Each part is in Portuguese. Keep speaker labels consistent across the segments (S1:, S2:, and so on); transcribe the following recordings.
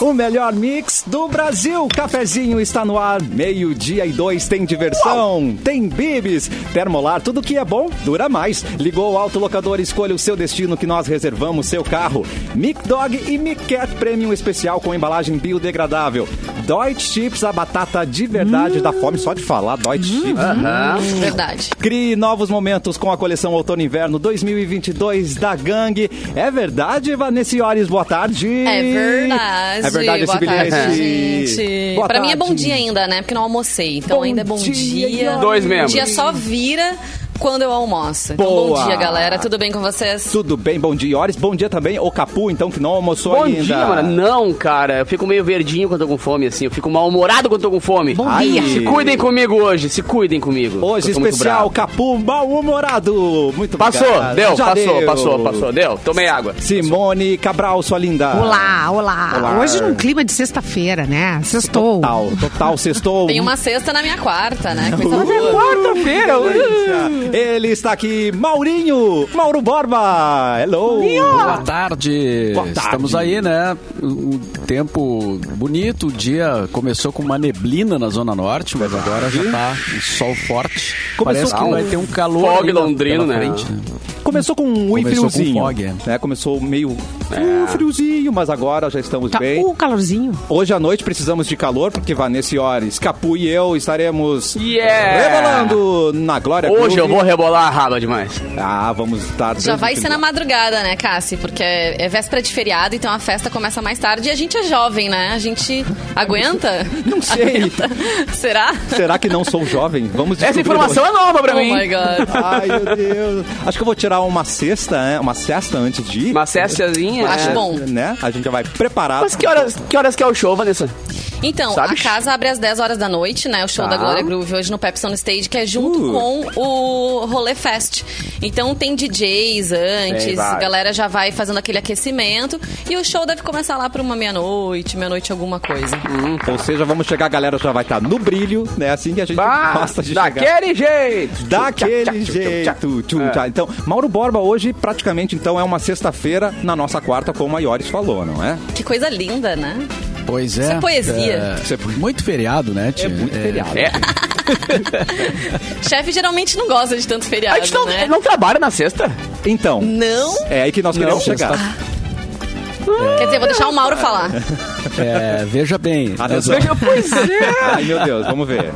S1: O melhor mix do Brasil. Cafezinho está no ar. Meio-dia e dois tem diversão, tem bibis, termolar, tudo que é bom dura mais. Ligou o autolocador, escolha o seu destino que nós reservamos seu carro. Mic Dog e Mic Cat Premium especial com embalagem biodegradável. Deutsche Chips, a batata de verdade da fome, só de falar Deutsche Chips.
S2: É Verdade.
S1: Crie novos momentos com a coleção Outono e Inverno 2022 da Gangue. É verdade, Vanessa Iores? Boa tarde.
S2: É verdade.
S1: É verdade esse
S2: Boa
S1: bilhete.
S3: É.
S2: tarde, gente.
S1: Boa
S2: pra mim é bom
S1: tarde.
S2: dia ainda, né? Porque não almocei. Então
S1: Bom
S2: ainda é bom
S1: dia,
S2: dia.
S1: Ione.
S3: Dois membros.
S2: dia só vira quando eu almoço. Então,
S1: Boa.
S2: bom dia, galera. Tudo bem com vocês?
S1: Tudo bem, bom dia, Iores. Bom dia também, o Capu, então, que não almoçou
S3: Bom
S1: ainda.
S3: dia, mano. Não, cara. Eu fico meio verdinho quando tô com fome, assim. Eu fico mal-humorado quando tô com fome.
S2: Bom
S1: Ai.
S2: dia.
S3: Se cuidem comigo hoje. Se cuidem comigo.
S1: Hoje
S3: Eu tô muito
S1: especial,
S3: bravo.
S1: Capu mal-humorado. Muito
S3: Passou,
S1: obrigado.
S3: deu,
S1: Já
S3: passou,
S1: deu. Tá
S3: passou, passou, deu. Tomei água.
S1: Simone Cabral, sua linda.
S4: Olá, olá,
S1: Olá.
S4: Hoje num clima de sexta-feira, né? Sextou.
S1: Total, total, sextou.
S2: Tem uma sexta na minha quarta, né? Coisa boa.
S3: é Quarta-feira.
S1: Ele está aqui, Maurinho, Mauro Borba. Hello.
S5: Boa tarde.
S1: Boa tarde.
S5: Estamos aí, né? Um tempo bonito. O dia começou com uma neblina na Zona Norte, mas agora já tá um sol forte.
S1: Começou
S5: Parece que
S1: com
S5: vai ter um calor
S3: fog
S5: ainda
S3: londrino,
S5: pela
S3: né?
S1: Começou com um ui
S5: Começou com
S1: friozinho.
S5: fog, é.
S1: né? Começou meio
S3: É.
S1: uh, friozinho, mas agora já estamos
S4: Tá
S1: bem.
S4: um calorzinho.
S1: Hoje à noite precisamos de calor, porque Vanessa Iores, Capu e eu estaremos
S3: Yeah.
S1: rebolando na Glória
S3: Hoje
S1: Groove.
S3: eu vou rebolar a raba demais.
S1: Ah, vamos estar...
S2: Já vai ser na
S1: madrugada.
S2: madrugada, né, Cassi? Porque é é véspera de feriado, então a festa começa mais tarde. E a gente é jovem, né? A gente aguenta?
S1: Não sei.
S2: Será?
S1: Será que não sou jovem? Vamos
S3: Essa
S1: descobrir
S3: informação é nova pra
S2: oh
S3: mim.
S2: my God.
S1: Ai, meu Deus. Acho que eu vou tirar uma cesta, né? Uma cesta antes de ir.
S3: Uma cestazinha.
S2: Acho
S3: é.
S2: bom.
S1: Né? A gente já vai preparado.
S3: Mas que horas, que horas que é o show, Vanessa?
S2: Então,
S3: Sabe?
S2: a casa abre às 10 horas da noite, né? O show
S3: Tá.
S2: da Glória Groove hoje no Pepsi on Stage, que é junto
S1: Uh.
S2: com o Rolê Fest. Então tem DJs
S3: Tem
S2: antes, a
S3: vários.
S2: galera já vai fazendo aquele aquecimento. E o show deve começar lá por uma meia-noite, meia-noite alguma coisa.
S1: Ou seja, vamos chegar, a galera já vai estar no brilho, né? Assim que a gente
S3: Bah,
S1: gosta de chegar.
S3: daquele jeito.
S1: Daquele
S3: Tchá, tchá, tchá, tchá, tchá.
S1: jeito. Tchum, tchá. Então, Mauro Borba hoje praticamente então é uma sexta-feira na nossa quarta, como a Ioris falou, não é?
S2: Que coisa linda, né?
S5: Pois é.
S2: Isso é poesia.
S5: Isso é muito feriado, né, tia? É muito feriado.
S3: É.
S2: Chefe geralmente não gosta de tanto feriado,
S3: A gente não,
S2: né?
S3: não trabalha na sexta?
S1: Então,
S2: Não?
S1: é aí que nós queremos
S5: Não,
S1: chegar.
S2: Quer dizer, vou deixar o Mauro falar.
S5: é, veja bem.
S1: Ah, não,
S5: Essa-
S1: Veja-
S3: Pois é.
S1: Ai, meu Deus, vamos ver.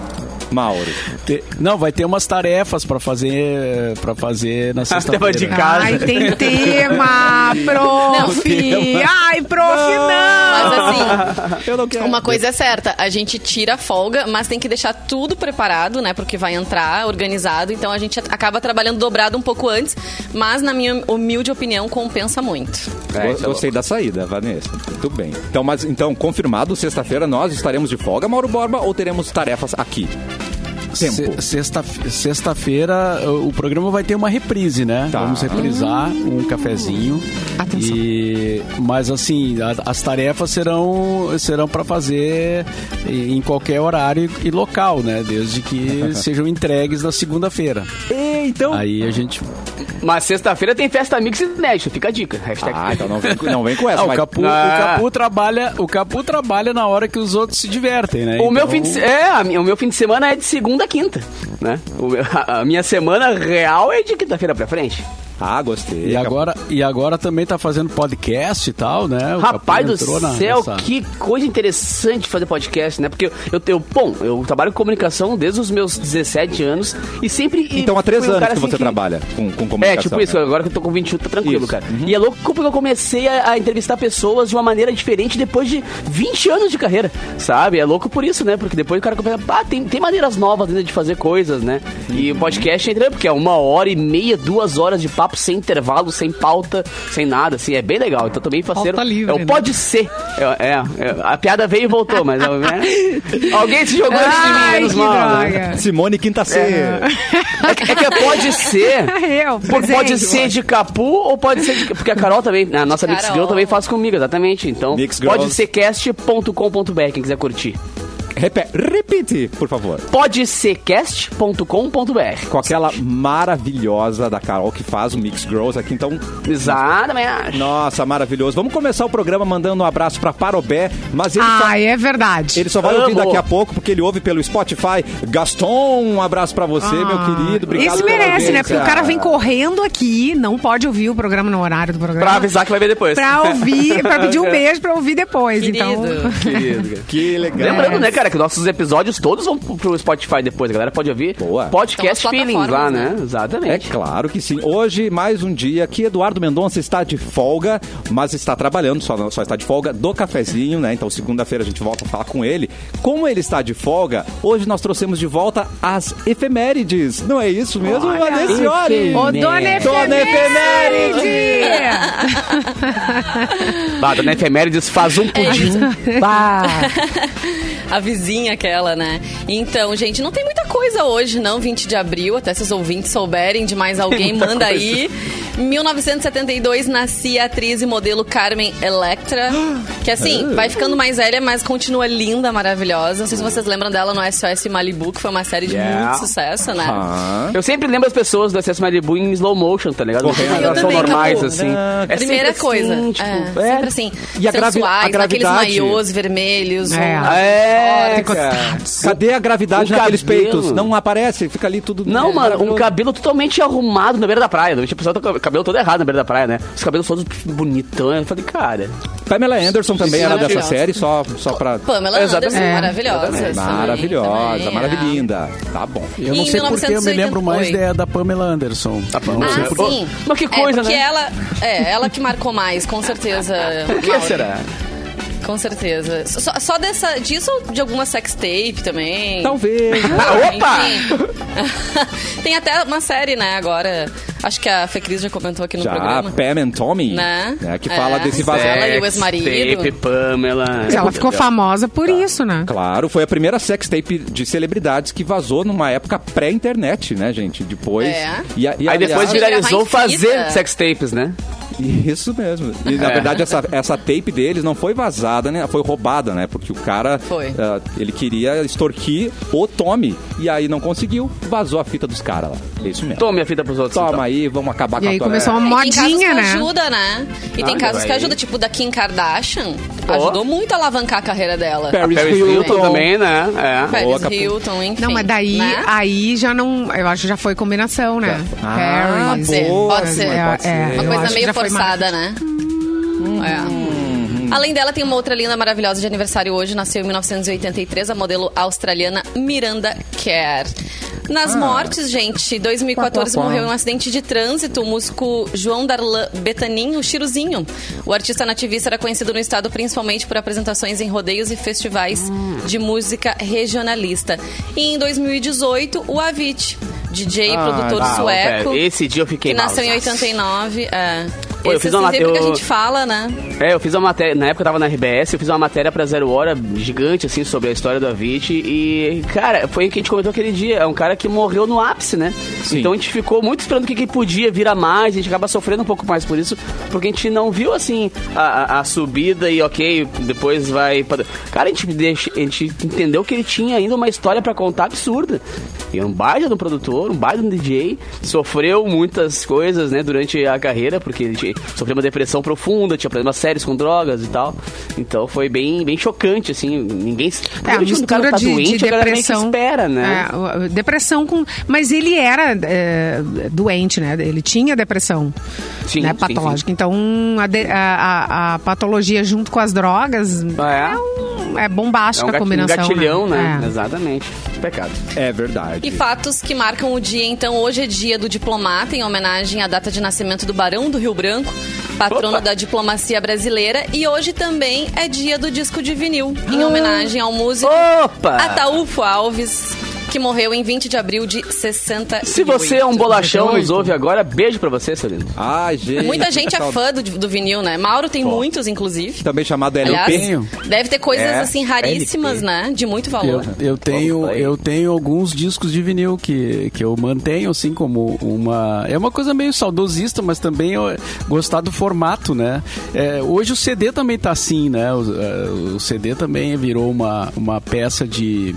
S1: Mauro.
S5: te- não, vai ter umas tarefas pra fazer para fazer na
S3: Tema de
S5: sexta-feira.
S3: casa.
S4: Ai, tem tema, prof. Ai, prof, não.
S2: Mas assim,
S1: Eu não quero.
S2: Uma coisa é certa, a gente tira a folga, mas tem que deixar tudo preparado, né? Porque vai entrar, organizado. Então a gente acaba trabalhando dobrado um pouco antes, mas na minha humilde opinião, compensa muito.
S3: É,
S1: Go-
S3: isso é
S1: Gostei da saída, Vanessa. Muito bem. Então, mas então confirmado, sexta-feira nós estaremos de folga, Mauro Borba, ou teremos tarefas aqui? Tempo.
S5: Se- Sexta, sexta-feira o o programa vai ter uma reprise, né?
S1: Tá.
S5: Vamos reprisar um cafezinho.
S4: Atenção.
S5: E, mas assim, a- as tarefas serão, serão para fazer em em qualquer horário e local, né? Desde que sejam entregues na segunda-feira.
S1: E, então,
S5: Aí a gente.
S3: Mas sexta-feira tem festa mix inédito, fica a dica. Hashtag
S1: Ah,
S3: fica.
S1: então não vem, com- não vem com essa.
S5: Ah, o,
S1: mas-
S5: Capu,
S3: Ah.
S5: o Capu trabalha, o Capu trabalha na hora que os outros se divertem, né?
S3: O meu,
S5: Então-
S3: fim de, se- é, a mi- o meu fim de semana é de segunda a quinta, né? O meu- a, a minha semana real é de quinta-feira pra frente.
S1: Ah, gostei.
S5: E
S1: Capu.
S5: agora, e agora também tá fazendo podcast e tal, né? O
S3: Rapaz
S5: Capu
S3: do
S5: entrou na-
S3: céu,
S5: nessa-
S3: que coisa interessante fazer podcast, né? Porque eu, eu tenho, bom, eu trabalho com comunicação desde os meus 17 anos e sempre... e
S1: Então há três
S3: fui um
S1: anos
S3: cara
S1: que
S3: assim
S1: você trabalha com, com
S3: É,
S1: comunicação.
S3: tipo isso,
S1: né?
S3: agora que eu tô com 21, tá tranquilo,
S1: Isso. Uhum.
S3: cara. E é louco porque eu comecei a, a entrevistar pessoas de uma maneira diferente depois de 20 anos de carreira, sabe? É louco por isso, né? Porque depois o cara começa, ah, tem, tem maneiras novas ainda de fazer coisas, né? E o podcast entra, porque é uma hora e meia, duas horas de papo sem intervalo, sem pauta, sem nada, assim, é bem legal. Então também faceiro.
S4: Pauta livre,
S3: é o
S4: né?
S3: pode ser. É, é, é, a piada veio e voltou, mas é, alguém se jogou antes de mim,
S4: Ai,
S3: menos
S4: que
S3: mal. né?
S4: droga.
S1: Simone Quinta C.
S3: É que- é que é pode ser.
S4: Eu,
S3: Pô, pode
S4: presente,
S3: ser de capu ou pode ser de. Porque a Carol também, a nossa Mix
S2: Carol.
S3: Girl também faz comigo, exatamente. Então,
S1: Mix Girls.
S3: pode ser cast.com.br, quem quiser curtir.
S1: Repe- repite, por favor.
S3: podecast.com.br.
S1: Com aquela maravilhosa da Carol que faz o Mix Girls aqui, então.
S3: Exatamente.
S1: Nossa, maravilhoso. Vamos começar o programa mandando um abraço pra Parobé, mas ele só-
S4: Ai, é verdade.
S1: Ele só vai ouvir
S3: Amo.
S1: daqui a pouco, porque ele ouve pelo Spotify. Gaston, um abraço pra você, meu querido. Obrigado
S4: Esse
S1: pela
S4: Ah, merece, né? Porque o
S1: audiência.
S4: cara vem correndo aqui, não pode ouvir o programa no horário do programa.
S3: Pra avisar que vai ver depois.
S4: Pra ouvir, pra pedir um beijo pra ouvir depois. Então,
S2: Querido.
S3: Querido, cara.
S1: Que legal.
S3: Lembrando, né, cara, que nossos episódios todos vão pro pro Spotify depois. A galera pode ouvir
S1: Boa.
S3: podcast
S2: Então, as
S3: feelings lá,
S2: plataformas,
S3: né?
S1: É
S3: Exatamente.
S1: claro que sim. Hoje, mais um dia que Eduardo Mendonça está de folga, mas está trabalhando, só, só está de folga do cafezinho, né? Então, segunda-feira a gente volta a falar com ele. Como ele está de folga, hoje nós trouxemos de volta as efemérides. Não é isso mesmo, Vanessa? Senhori?
S4: ô, Dona
S1: Dona
S4: Efeméride!
S3: Bah, Dona Efemérides faz
S2: É.
S3: um pudim.
S2: A vizinha aquela, né? Então, gente, não tem muita coisa hoje, não, 20 de abril. Até se os ouvintes souberem de mais alguém, manda aí. 1972 nascia a atriz e modelo Carmen Electra, que assim, vai ficando mais velha, mas continua linda, maravilhosa. Não sei se vocês lembram dela no SOS Malibu, que foi uma série de
S3: Yeah.
S2: muito sucesso, né?
S1: Ah.
S3: Eu sempre lembro as pessoas do acesso Malibu em slow motion, tá ligado?
S1: Correndo.
S3: Elas
S1: Eu
S3: são
S2: também,
S3: normais,
S2: Capu.
S3: assim.
S1: Ah,
S3: É
S2: Primeira
S3: sempre
S2: coisa.
S3: assim,
S2: é,
S3: tipo,
S2: sempre assim.
S1: E a gravi-
S2: sensuais,
S1: a gravidade?
S2: aqueles maiôs vermelhos.
S4: É.
S2: um-
S3: É, cara.
S1: Cadê a gravidade
S3: O
S1: naqueles
S3: cabelo.
S1: peitos? Não aparece, fica ali tudo.
S3: Não, mano, um
S1: maravilhoso.
S3: cabelo totalmente arrumado na beira da praia. Normalmente A pessoa tá com o cabelo todo errado na beira da praia, né? Os cabelos todos bonitões. Eu falei, cara.
S1: Pamela Anderson também era dessa
S2: Maravilhosa.
S1: série, só, só pra.
S2: Pamela Anderson,
S4: É.
S2: maravilhosa. também,
S1: Maravilhosa,
S2: também, é.
S1: maravilhinda. Tá bom.
S5: Eu não
S2: Em
S5: sei porque eu me lembro mais
S2: 1988.
S5: da, da Pamela Anderson. Não sei
S2: Ah,
S5: por-
S2: sim.
S3: Mas que coisa,
S2: é, porque
S3: né?
S2: ela, é, ela que marcou mais, com certeza.
S3: Por que
S2: Mauro.
S3: será?
S1: é
S2: Com certeza. Só, só dessa, disso ou de alguma sextape também?
S1: Talvez.
S2: Opa! Tem até uma série, né, agora. Acho que a Fecris já comentou aqui no
S1: Já,
S2: programa. É,
S1: Pam and Tommy,
S2: Né?
S1: né, que
S2: É.
S1: fala desse vazamento.
S2: Ela e o ex-marido.
S3: Tape, Pamela.
S4: Ela ficou famosa
S1: Tá.
S4: por isso, né?
S1: Claro, foi a primeira sextape de celebridades que vazou numa época pré-internet, né, gente? Depois.
S2: É.
S1: E, a- e,
S3: Aí
S1: aliás,
S3: depois
S2: Aliás,
S3: viralizou
S2: gravar em fita.
S3: fazer sex tapes, né?
S1: Isso mesmo. E na
S3: É.
S1: verdade, essa, essa tape deles não foi vazada, né? Foi roubada, né? Porque o cara.
S2: Foi.
S1: ah, ele queria extorquir o Tommy. E aí não conseguiu, vazou a fita dos caras lá. É isso mesmo.
S3: Tome a fita pros outros.
S1: Toma
S3: então.
S1: aí, vamos acabar
S4: E
S1: com a
S4: aí
S1: tua-
S3: é.
S4: começou uma
S2: E tem casos É que
S4: modinha, né?
S2: ajuda, né? E tem
S3: Ah,
S2: casos que
S3: aí.
S2: ajuda, tipo da Kim Kardashian.
S3: Pô.
S2: Ajudou muito a alavancar a carreira dela.
S1: Paris,
S3: Paris
S1: Hilton.
S3: Hilton também, né? É.
S2: Paris
S1: Capu.
S2: Hilton, enfim.
S4: Não, mas daí,
S2: né?
S4: aí já não. Eu acho que já foi combinação, né?
S1: Ah,
S4: Paris.
S1: boa,
S2: pode ser.
S1: mas pode
S4: É, é,
S1: ser.
S2: Uma
S4: Eu acho
S2: coisa
S4: que
S2: meio
S4: já foi
S2: forçada, né? É.
S3: Uhum.
S2: Além dela, tem uma outra linda maravilhosa de aniversário hoje. Nasceu em 1983, a modelo australiana Miranda Kerr. Nas
S3: Ah.
S2: mortes, gente, 2014 morreu em um acidente de trânsito o músico João Darlan Betanin, o Chiruzinho. O artista nativista era conhecido no estado principalmente por apresentações em rodeios e festivais
S3: Hum.
S2: de música regionalista. E em 2018, o Avicii, DJ e produtor
S3: Ah,
S2: sueco.
S3: pera, Esse dia eu fiquei
S2: Que
S3: mal.
S2: nasceu em
S3: nossa.
S2: 89, é.
S3: Pô, eu
S2: Esse
S3: fiz uma
S2: assim, sempre que
S3: late-
S2: a
S3: eu-
S2: gente fala, né?
S3: É, eu fiz uma matéria, na época eu tava na RBS, eu fiz uma matéria pra Zero Hora gigante, assim, sobre a história do Avicii. E, cara, foi o que a gente comentou aquele dia. É um cara que morreu no ápice, né? Então a gente ficou muito esperando o que, que podia vir a mais. A gente acaba sofrendo um pouco mais por isso, porque a gente não viu, assim, a, a- a subida e, ok, depois vai. pra- Cara, a gente, deixa- a gente entendeu que ele tinha ainda uma história pra contar absurda. E é um baita de um produtor, um baita de um DJ. Sofreu muitas coisas, né, durante a carreira, porque ele tinha- sofreu uma depressão profunda, tinha problemas sérios com drogas e tal. Então foi bem, bem chocante, assim. Ninguém.
S4: É, a
S3: Porque quando o cara
S4: mistura
S3: tá
S4: de,
S3: doente,
S4: de
S3: a galera meio que
S4: depressão.
S3: espera, né?
S4: É, o- o- depressão com. Mas ele era é, doente, né? Ele tinha depressão
S3: Sim,
S4: né?
S3: sim,
S4: patológica. Então, a, de- a- a- a patologia junto com as drogas
S3: Ah, é?
S4: é, um- é
S3: É
S4: bombástica
S3: um
S4: a
S3: gati- um
S4: combinação.
S3: gatilhão, né?
S4: É.
S3: Exatamente. Pecado.
S1: É verdade.
S2: um- E fatos que marcam o dia, então, hoje é dia do diplomata, em homenagem à data de nascimento do Barão do Rio Branco, patrono
S3: Opa.
S2: da diplomacia brasileira. E hoje também é dia do disco de vinil, em homenagem ao músico
S3: Ah! Opa!
S2: Ataúfo Alves. que morreu em 20 de abril de 68.
S3: Se você é um bolachão, nos ouve agora, beijo pra você, Celina.
S1: Ai, gente.
S2: Muita gente
S1: que
S2: é
S1: saudade.
S2: fã do, do vinil, né? Mauro tem muitos, inclusive.
S1: Também chamado LP.
S2: Aliás,
S5: tenho.
S2: deve ter coisas
S1: É,
S2: assim raríssimas,
S1: LP.
S2: né? De muito
S1: Ah,
S5: Eu,
S2: valor.
S5: eu tenho, eu tenho alguns discos de vinil que, que eu mantenho, assim, como uma. É uma coisa meio saudosista, mas também eu gostar do formato, né? É, hoje o CD também tá assim, né? O, é, o CD também virou uma, uma peça de.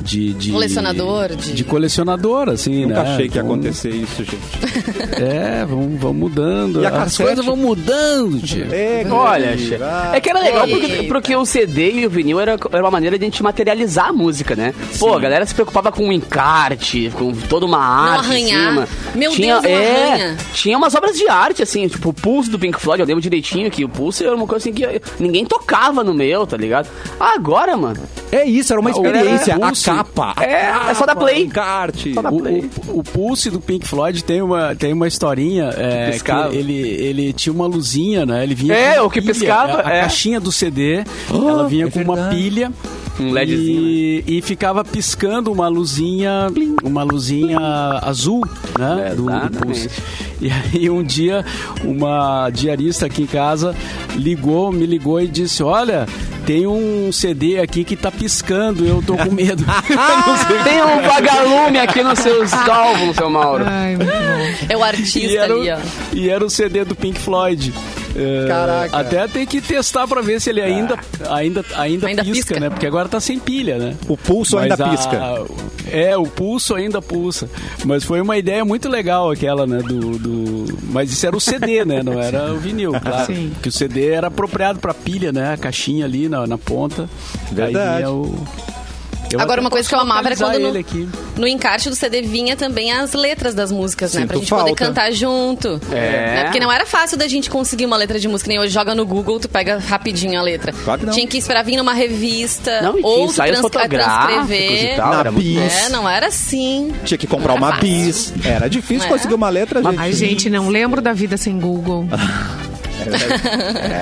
S5: De, de-
S2: Colecionador, de-
S5: De... colecionador, assim,
S1: Nunca
S5: né?
S1: achei que ia
S5: Então,
S1: acontecer isso, gente.
S5: É, vão, vão mudando.
S1: E a
S5: As
S1: cassete?
S5: coisas vão mudando, tio.
S1: É,
S3: Olha,
S1: grande.
S3: che-
S1: Ah,
S3: é que era legal porque,
S2: Eita.
S3: porque o CD e o vinil era, era uma maneira de a gente materializar a música, né? Pô, a galera se preocupava com o encarte, com toda uma arte em
S2: arranhar.
S3: cima. é,
S2: Meu Deus, não arranha.
S3: Tinha umas obras de arte, assim, tipo o Pulse do Pink Floyd, eu lembro direitinho que o Pulse era uma coisa assim que eu- ninguém tocava no meu, tá ligado? Agora, mano,
S1: É isso, era uma experiência.
S5: Galera,
S1: A
S5: Pulse.
S1: capa. a
S3: É,
S1: capa,
S3: é só dar play.
S1: o encarte.
S3: Só dar
S5: O-
S3: Ah, play.
S5: O, o Pulse do Pink Floyd tem uma, tem uma historinha é, que
S3: piscava.
S5: ele, ele tinha uma luzinha, né? Ele vinha
S3: É,
S5: com uma
S3: o que
S5: pilha,
S3: piscava,
S5: A, a
S3: é. Oh,
S5: caixinha do CD, ela vinha
S1: é
S5: com uma
S1: verdade.
S5: pilha.
S3: Um LEDzinho,
S5: E, e ficava piscando uma luzinha, uma luzinha azul, né? Do, do Pulse.
S3: Exatamente.
S5: E aí um dia, uma diarista aqui em casa ligou, me ligou e disse, olha... Tem um CD aqui que tá piscando, eu tô com medo.
S3: tem um vagalume aqui no seu salvo, seu Mauro.
S4: Ai, muito bom.
S2: É o artista
S5: E era, o-
S2: ali, ó.
S5: e era o CD do Pink Floyd. É,
S1: Caraca.
S5: Até tem que testar pra ver se ele ainda, ainda, ainda,
S2: Ah. Ainda
S5: pisca,
S2: pisca.
S5: né? Porque agora tá sem pilha, né?
S1: O pulso
S5: Mas
S1: ainda
S5: a-
S1: pisca.
S5: É, o pulso ainda pulsa. Mas foi uma ideia muito legal aquela, né? Do, do- Mas isso era o CD, né? Não era o vinil, claro.
S4: Sim.
S5: Porque o CD era apropriado pra pilha, né? A caixinha ali na, na ponta.
S1: Verdade.
S5: Aí vinha o... Eu
S2: Agora,
S5: até
S2: uma coisa que eu
S5: posso
S2: amava era
S5: localizar
S2: quando no-
S5: ele aqui.
S2: No encarte do CD vinha também as letras das músicas, né? Pra
S1: Sinto
S2: gente poder
S1: falta.
S2: cantar junto.
S3: É.
S2: Né? Porque não era fácil da gente conseguir uma letra de música, nem hoje joga no Google, tu pega rapidinho a letra.
S1: Claro que não.
S2: Tinha que esperar vir numa revista,
S3: Não, e tinha
S2: ou tu
S3: ensaios
S2: trans- é,
S3: fotográficos
S2: transcrever.
S3: e tal.
S1: Na
S3: era muito
S1: bis.
S2: É, não era assim.
S1: Tinha que comprar
S2: Não era
S1: uma
S2: fácil.
S1: bis. Era difícil
S2: É.
S1: conseguir uma letra, É gente.
S4: Ai, gente, não lembro da vida sem Google.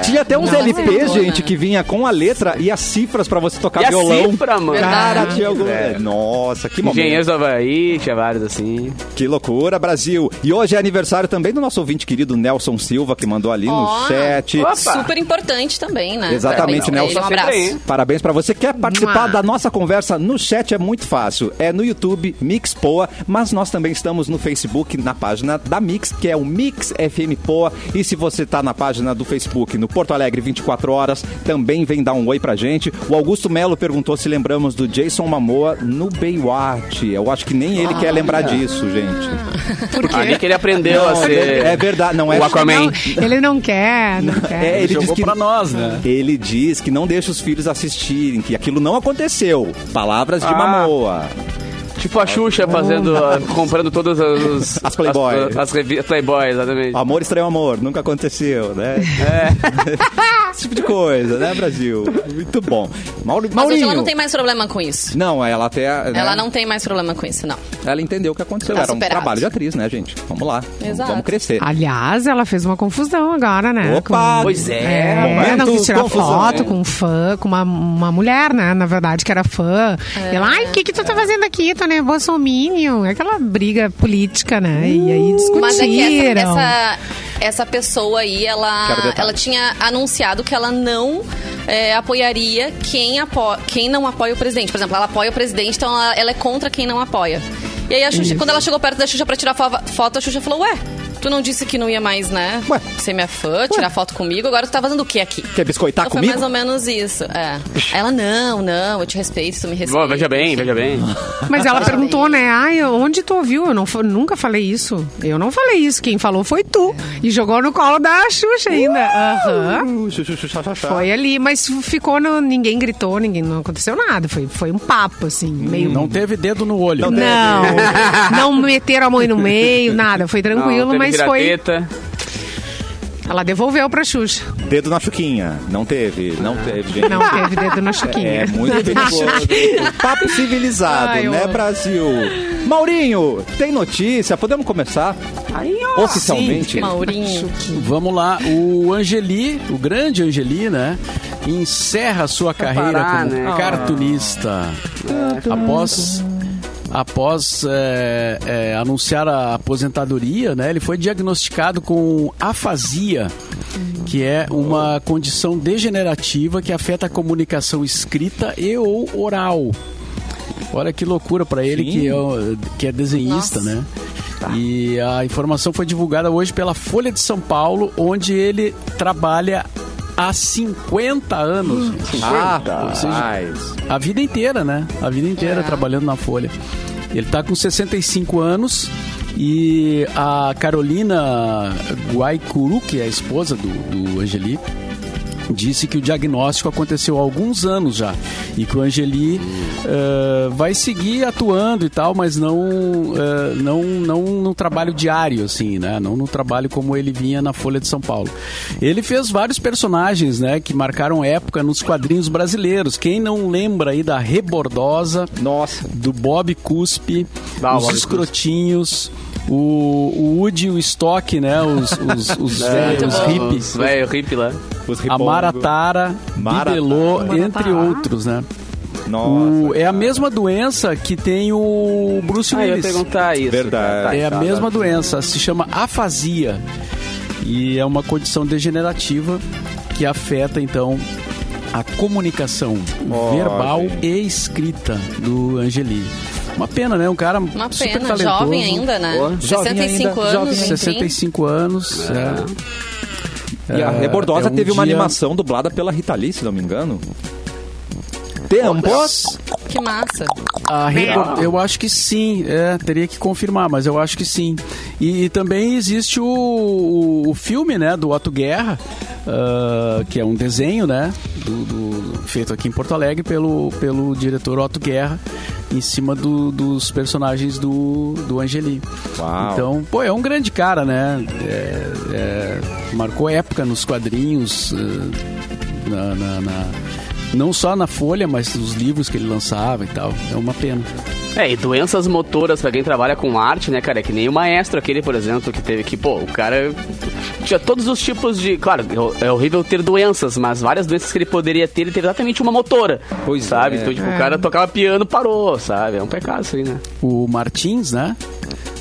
S1: Tinha até uns
S2: Não,
S1: LPs,
S2: mas é
S1: gente,
S2: boa, né?
S1: que vinha com a letra e as cifras pra você tocar
S3: E a
S1: violão.
S3: cifra, mano.
S1: Cara,
S2: Verdade.
S1: tinha algum...
S3: É.
S1: Nossa, que momento.
S3: Engenheiros do Havaí, tinha vários assim.
S1: Que loucura, Brasil. E hoje é aniversário também do nosso ouvinte querido Nelson Silva, que mandou ali no
S2: Ó.
S1: chat.
S3: Opa.
S2: Super importante também, né?
S1: Exatamente,
S2: Parabéns
S1: Nelson.
S2: pra ele, Um abraço.
S1: Parabéns pra você. Quer participar
S4: Mua.
S1: da nossa conversa no chat? É muito fácil. É no YouTube, Mix Poa, mas nós também estamos no Facebook, na página da Mix, que é o Mix FM Poa. E se você tá na página do Facebook, no Porto Alegre 24 horas, também vem dar um oi pra gente. O Augusto Melo perguntou se lembramos do Jason Mamoa no Baywatch. Eu acho que nem ele quer lembrar disso, gente.
S3: Ali que ele aprendeu a ser.
S1: É verdade, não é?
S3: O Aquaman.
S4: Não, ele não quer, não
S1: É,
S4: quer.
S1: ele diz
S5: Jogou
S1: que Hum.
S5: pra nós, né?
S1: Ele diz que não deixa os filhos assistirem, que aquilo não aconteceu. Palavras de
S3: Ah.
S1: Mamoa.
S3: Tipo a Xuxa fazendo, ah, comprando todas as.
S1: As Playboy. Ah,
S3: As, as revi- Playboy, exatamente.
S2: Então,
S1: Amor
S2: tá.
S1: estranho amor, nunca aconteceu, né? Esse tipo de coisa, né, Brasil? Muito bom. Mauri,
S2: Mas hoje
S1: Maurinho.
S2: ela não tem mais problema com isso.
S1: Não, ela até. né,
S2: Ela não tem mais problema com isso, não.
S1: Ela entendeu o que aconteceu.
S2: Tá
S1: Era um
S2: superado.
S1: trabalho de atriz, né, gente? Vamos lá.
S2: Exato. Ah.
S1: Vamos crescer.
S4: Aliás, ela fez uma confusão agora, né?
S1: Opa!
S3: Pois é.
S4: É,
S1: Momento
S4: não quis tirar
S1: confusão. É.
S4: foto com um fã, com uma, uma mulher, né? Na verdade, que era fã.
S2: É.
S4: Ela, ai, o que que tu tá fazendo aqui? Tô né? Bolsominion. Aquela briga política, né? E aí discutiram.
S2: Mas é que essa, essa, essa pessoa aí,
S1: Quero
S2: ela,
S1: detalhes.
S2: ela tinha anunciado que ela não é, apoiaria quem, apo quem não apoia o presidente. Por exemplo, ela apoia o presidente, então ela, ela é contra quem não apoia. E aí, a Xuxa, quando ela chegou perto da Xuxa pra tirar fo- foto, a Xuxa falou, ué... Tu não disse que não ia mais, né?
S1: Ué.
S2: Ser minha fã, tirar foto comigo, agora tu tá fazendo o que aqui?
S1: Quer biscoitar
S2: Então foi
S1: comigo?
S2: mais ou menos isso. É. Ela, não, não, eu te respeito, tu me respeita.
S3: Bom, veja bem, veja bem.
S4: Mas ela perguntou, né? Ai, onde tu ouviu? Eu não, fa- nunca falei isso. Eu não falei isso. Quem falou foi tu. E jogou no colo da Xuxa ainda. Aham.
S1: Uh, xu, xu, xu, xá, xá, xá.
S4: Foi ali, mas ficou no. Ninguém gritou, ninguém não aconteceu nada. Foi, foi um papo, assim, meio.
S5: Não teve dedo no
S1: Não
S5: olho.
S4: Não, não meteram a mãe no meio, nada. Foi
S3: Não,
S4: tranquilo,
S3: teve
S4: mas foi.
S3: pirateta.
S4: Ela devolveu pra Xuxa.
S1: Dedo na chuquinha. Não teve, não teve, gente.
S4: Não teve dedo na Chiquinha.
S1: É muito perigoso. Papo civilizado,
S4: Ai, eu
S1: né,
S4: amo.
S1: Brasil? Maurinho, tem notícia? Podemos começar? Oficialmente?
S2: Maurinho.
S5: Vamos lá, o Angeli, o grande Angeli, né? Encerra sua carreira
S3: parar,
S5: como
S3: né?
S5: cartunista. Após após é, é, anunciar a aposentadoria, né, ele foi diagnosticado com afasia, que é uma condição degenerativa que afeta a comunicação escrita e ou oral. Olha que loucura para ele
S1: Sim.
S5: que é, o- que é desenhista,
S2: Nossa.
S5: né? E a informação foi divulgada hoje pela Folha de São Paulo, onde ele trabalha há 50 anos. gente.
S1: Ah,
S5: Ou seja,
S1: rapaz.
S5: a vida inteira, né? A vida inteira trabalhando na Folha. Ele tá com 65 anos e a Carolina Guaicuru, que é a esposa do, do Angeli, disse que o diagnóstico aconteceu há alguns anos já e que o Angeli eh, vai seguir atuando e tal, mas não, eh, não, não no trabalho diário, assim, né? Não no trabalho como ele vinha na Folha de São Paulo. Ele fez vários personagens, né? Que marcaram época nos quadrinhos brasileiros. Quem não lembra aí da Rebordosa,
S1: Nossa.
S5: do Bob Cuspe,
S3: Ah, o
S5: os
S3: Bob
S5: escrotinhos... O, o Woody e o Stock, né? Os, os, os, velhos, os hippies.
S3: Velho, hip lá.
S1: Os
S5: A
S1: ripongo.
S2: tá
S5: Maratara,
S1: Maratara.
S5: Bibelô,
S4: Maratara.
S5: entre outros, né?
S1: Nossa.
S5: O- é a mesma doença que tem o Bruce
S3: Ah, eu ia
S5: Willis.
S3: perguntar isso.
S1: Verdade.
S3: Tá, tá,
S5: é a
S3: tá,
S5: mesma
S3: tá.
S5: doença, se chama afasia. E é uma condição degenerativa que afeta, então, a comunicação
S1: Ó,
S5: verbal
S1: gente.
S5: e escrita do Angeli. Uma pena, né? Um cara
S2: Uma
S5: super
S2: pena,
S5: talentoso.
S2: jovem ainda, né?
S1: Boa. Jovem
S2: 65
S1: ainda,
S2: anos, Ah.
S1: jovem.
S2: enfim.
S5: 65 anos. é.
S1: E a
S5: É,
S1: Rebordosa
S5: é um
S1: teve uma
S5: dia-
S1: animação dublada pela Rita Lee, se não me engano. Tempos.
S2: Que massa.
S5: A Record, Ah, eu acho que sim, é, teria que confirmar, mas eu acho que sim. E, e também existe o, o, o filme, né, do Otto Guerra, ah, que é um desenho, né, do, do- feito aqui em Porto Alegre pelo, pelo diretor Otto Guerra, em cima do- dos personagens do, do Angeli.
S1: Uau.
S5: Então, pô, é um grande cara, né, É, é, marcou época nos quadrinhos, ah, na- na- na- não só na Folha, mas nos livros que ele lançava e tal. É uma pena.
S3: É, e doenças motoras pra quem trabalha com arte, né, cara? É que nem o maestro aquele, por exemplo, que teve que, pô, o cara tinha todos os tipos de. Claro, é ho- é horrível ter doenças, mas várias doenças que ele poderia ter, ele teve exatamente uma motora.
S1: Pois
S3: sabe?
S1: é.
S3: Então, tipo, o cara tocava piano, parou, sabe? É um pecado isso aí, né?
S5: O Martins, né?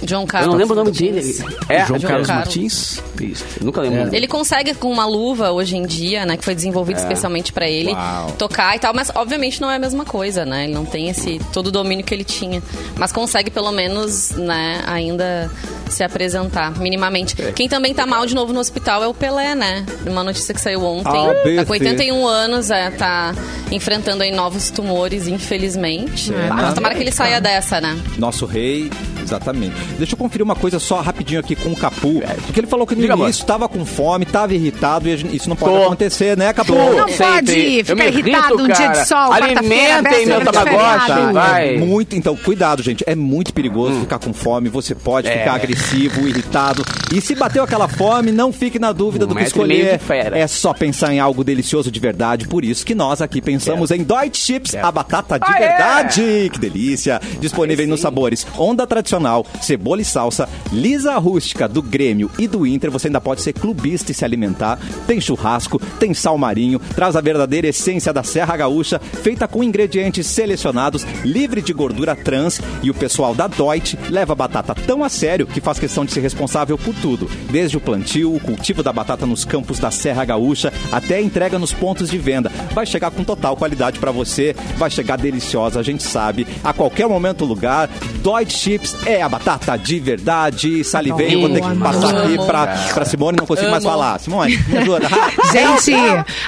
S2: John
S3: Eu
S4: Ah,
S2: Carlos.
S3: não lembro o nome dele. É,
S5: João
S2: João
S5: Carlos
S2: Carlos.
S5: Martins.
S3: Isso, eu nunca
S1: É.
S3: lembro. o nome dele.
S2: Ele consegue com uma luva hoje em dia, né, que foi
S3: É.
S2: desenvolvida especialmente pra ele,
S1: Uau.
S2: tocar e tal, mas obviamente não é a mesma coisa, né? Ele não tem esse todo o domínio que ele tinha, mas consegue pelo menos, né, ainda se apresentar minimamente.
S1: É.
S2: Quem também tá mal de novo no hospital é o Pelé, né? Uma notícia que saiu
S1: Ah,
S2: ontem,
S1: ABC.
S2: tá com 81 anos, é, tá enfrentando aí novos tumores, infelizmente.
S1: É,
S2: Mas
S1: né?
S2: tomara que ele saia dessa, né?
S1: Nosso rei, exatamente. Deixa eu conferir uma coisa só rapidinho aqui com o Capu. Porque ele falou que no
S3: Diga,
S1: início estava com fome, estava irritado e a gente- isso não pode
S3: Tô.
S1: acontecer, né, Capu?
S3: Tô.
S4: Não pode
S3: Sempre.
S4: ficar
S3: Eu me
S4: irritado
S3: irrito,
S4: um dia
S3: cara.
S4: de sol, quarta-feira,
S3: Alimentem meu
S4: véspera de
S3: Tamagotchi,
S4: feriado.
S3: vai.
S1: É muito, então, cuidado, gente. É muito perigoso ficar com fome. Você pode
S3: Hum. É.
S1: ficar agressivo, irritado. E se bateu aquela fome, não fique na dúvida
S3: Um
S1: do que
S3: metro e meio
S1: escolher.
S3: de fera.
S1: É só pensar em algo delicioso de verdade. Por isso que nós aqui pensamos em Deutsche Chips, a batata de
S3: Ah, é?
S1: verdade. Que delícia! Disponível nos sabores Onda Tradicional, Cebola e Salsa, Lisa Rústica, do Grêmio e do Inter. Você ainda pode ser clubista e se alimentar. Tem churrasco, tem sal marinho, traz a verdadeira essência da Serra Gaúcha, feita com ingredientes selecionados, livre de gordura trans. E o pessoal da Deutsche leva a batata tão a sério que faz questão de ser responsável por tudo. Desde o plantio, o cultivo da batata nos campos da Serra Gaúcha, até a entrega nos pontos de venda. Vai chegar com total qualidade para você, vai chegar deliciosa, a gente sabe. A qualquer momento, lugar, Deutsche Chips é a batata de verdade. Salivei, vou ter que
S4: Amo,
S1: passar aqui
S2: amo.
S1: pra, pra Simone, não consigo mais falar. Simone, me ajuda.
S4: Gente,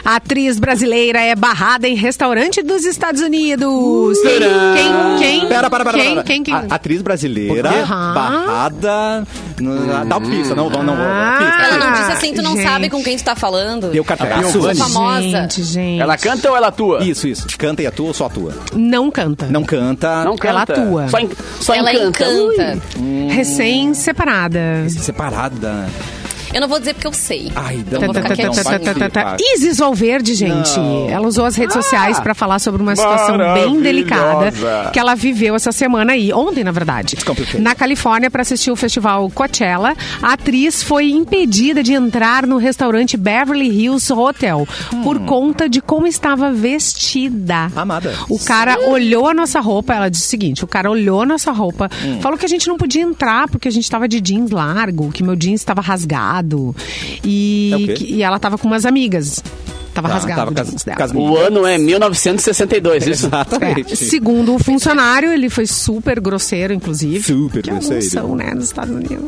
S4: a atriz brasileira é barrada em restaurante dos Estados Unidos. Quem, quem, quem?
S1: Pera, para, para,
S4: quem,
S1: para.
S4: quem, quem?
S1: A- atriz brasileira,
S4: Por quê?
S1: barrada. no- Dá uma pista, não, não, não.
S4: Ah.
S1: pista,
S2: Ela não
S1: pista.
S2: disse assim, tu não
S4: gente.
S2: sabe com quem tu tá falando.
S1: Deu carteiraço.
S5: Giovanni.
S2: famosa.
S4: Gente, gente.
S3: Ela canta ou ela atua?
S1: Isso, isso. Canta e atua ou só atua?
S4: não canta.
S1: Não canta.
S3: Não canta.
S4: Ela atua.
S3: Só, en- só
S2: Ela
S3: encanta.
S2: encanta.
S4: Recém-separada.
S1: Separada.
S2: Eu não vou dizer porque eu sei.
S1: Ai,
S2: então
S1: não,
S2: vou
S1: tá, tá,
S2: ficar
S1: tá,
S2: quietinha.
S1: tá, tá, tá, tá.
S4: Isis Valverde, gente,
S1: Não.
S4: ela usou as redes sociais para falar sobre uma situação bem
S6: Maravilhosa.
S4: delicada que ela viveu essa semana aí, ontem na verdade.
S1: Descomplicado.
S4: Na Califórnia, para assistir o festival Coachella, a atriz foi impedida de entrar no restaurante Beverly Hills Hotel por
S2: Hum.
S4: conta de como estava vestida.
S1: Amada.
S4: O cara olhou a nossa roupa, ela disse o seguinte: o cara olhou a nossa roupa,
S1: Hum.
S4: falou que a gente não podia entrar porque a gente tava de jeans largo, que meu jeans estava rasgado. E,
S1: É o quê?
S4: que- e ela tava com umas amigas. Tava
S1: Tá,
S4: rasgado
S1: tava
S4: o
S1: cas-
S4: jeans dela.
S1: cas-
S3: O ano é 1962, isso?
S4: É,
S1: Exatamente.
S4: segundo o funcionário, ele foi super grosseiro, inclusive.
S1: Super
S4: que alguns
S1: grosseiro.
S4: são, né, nos Estados Unidos.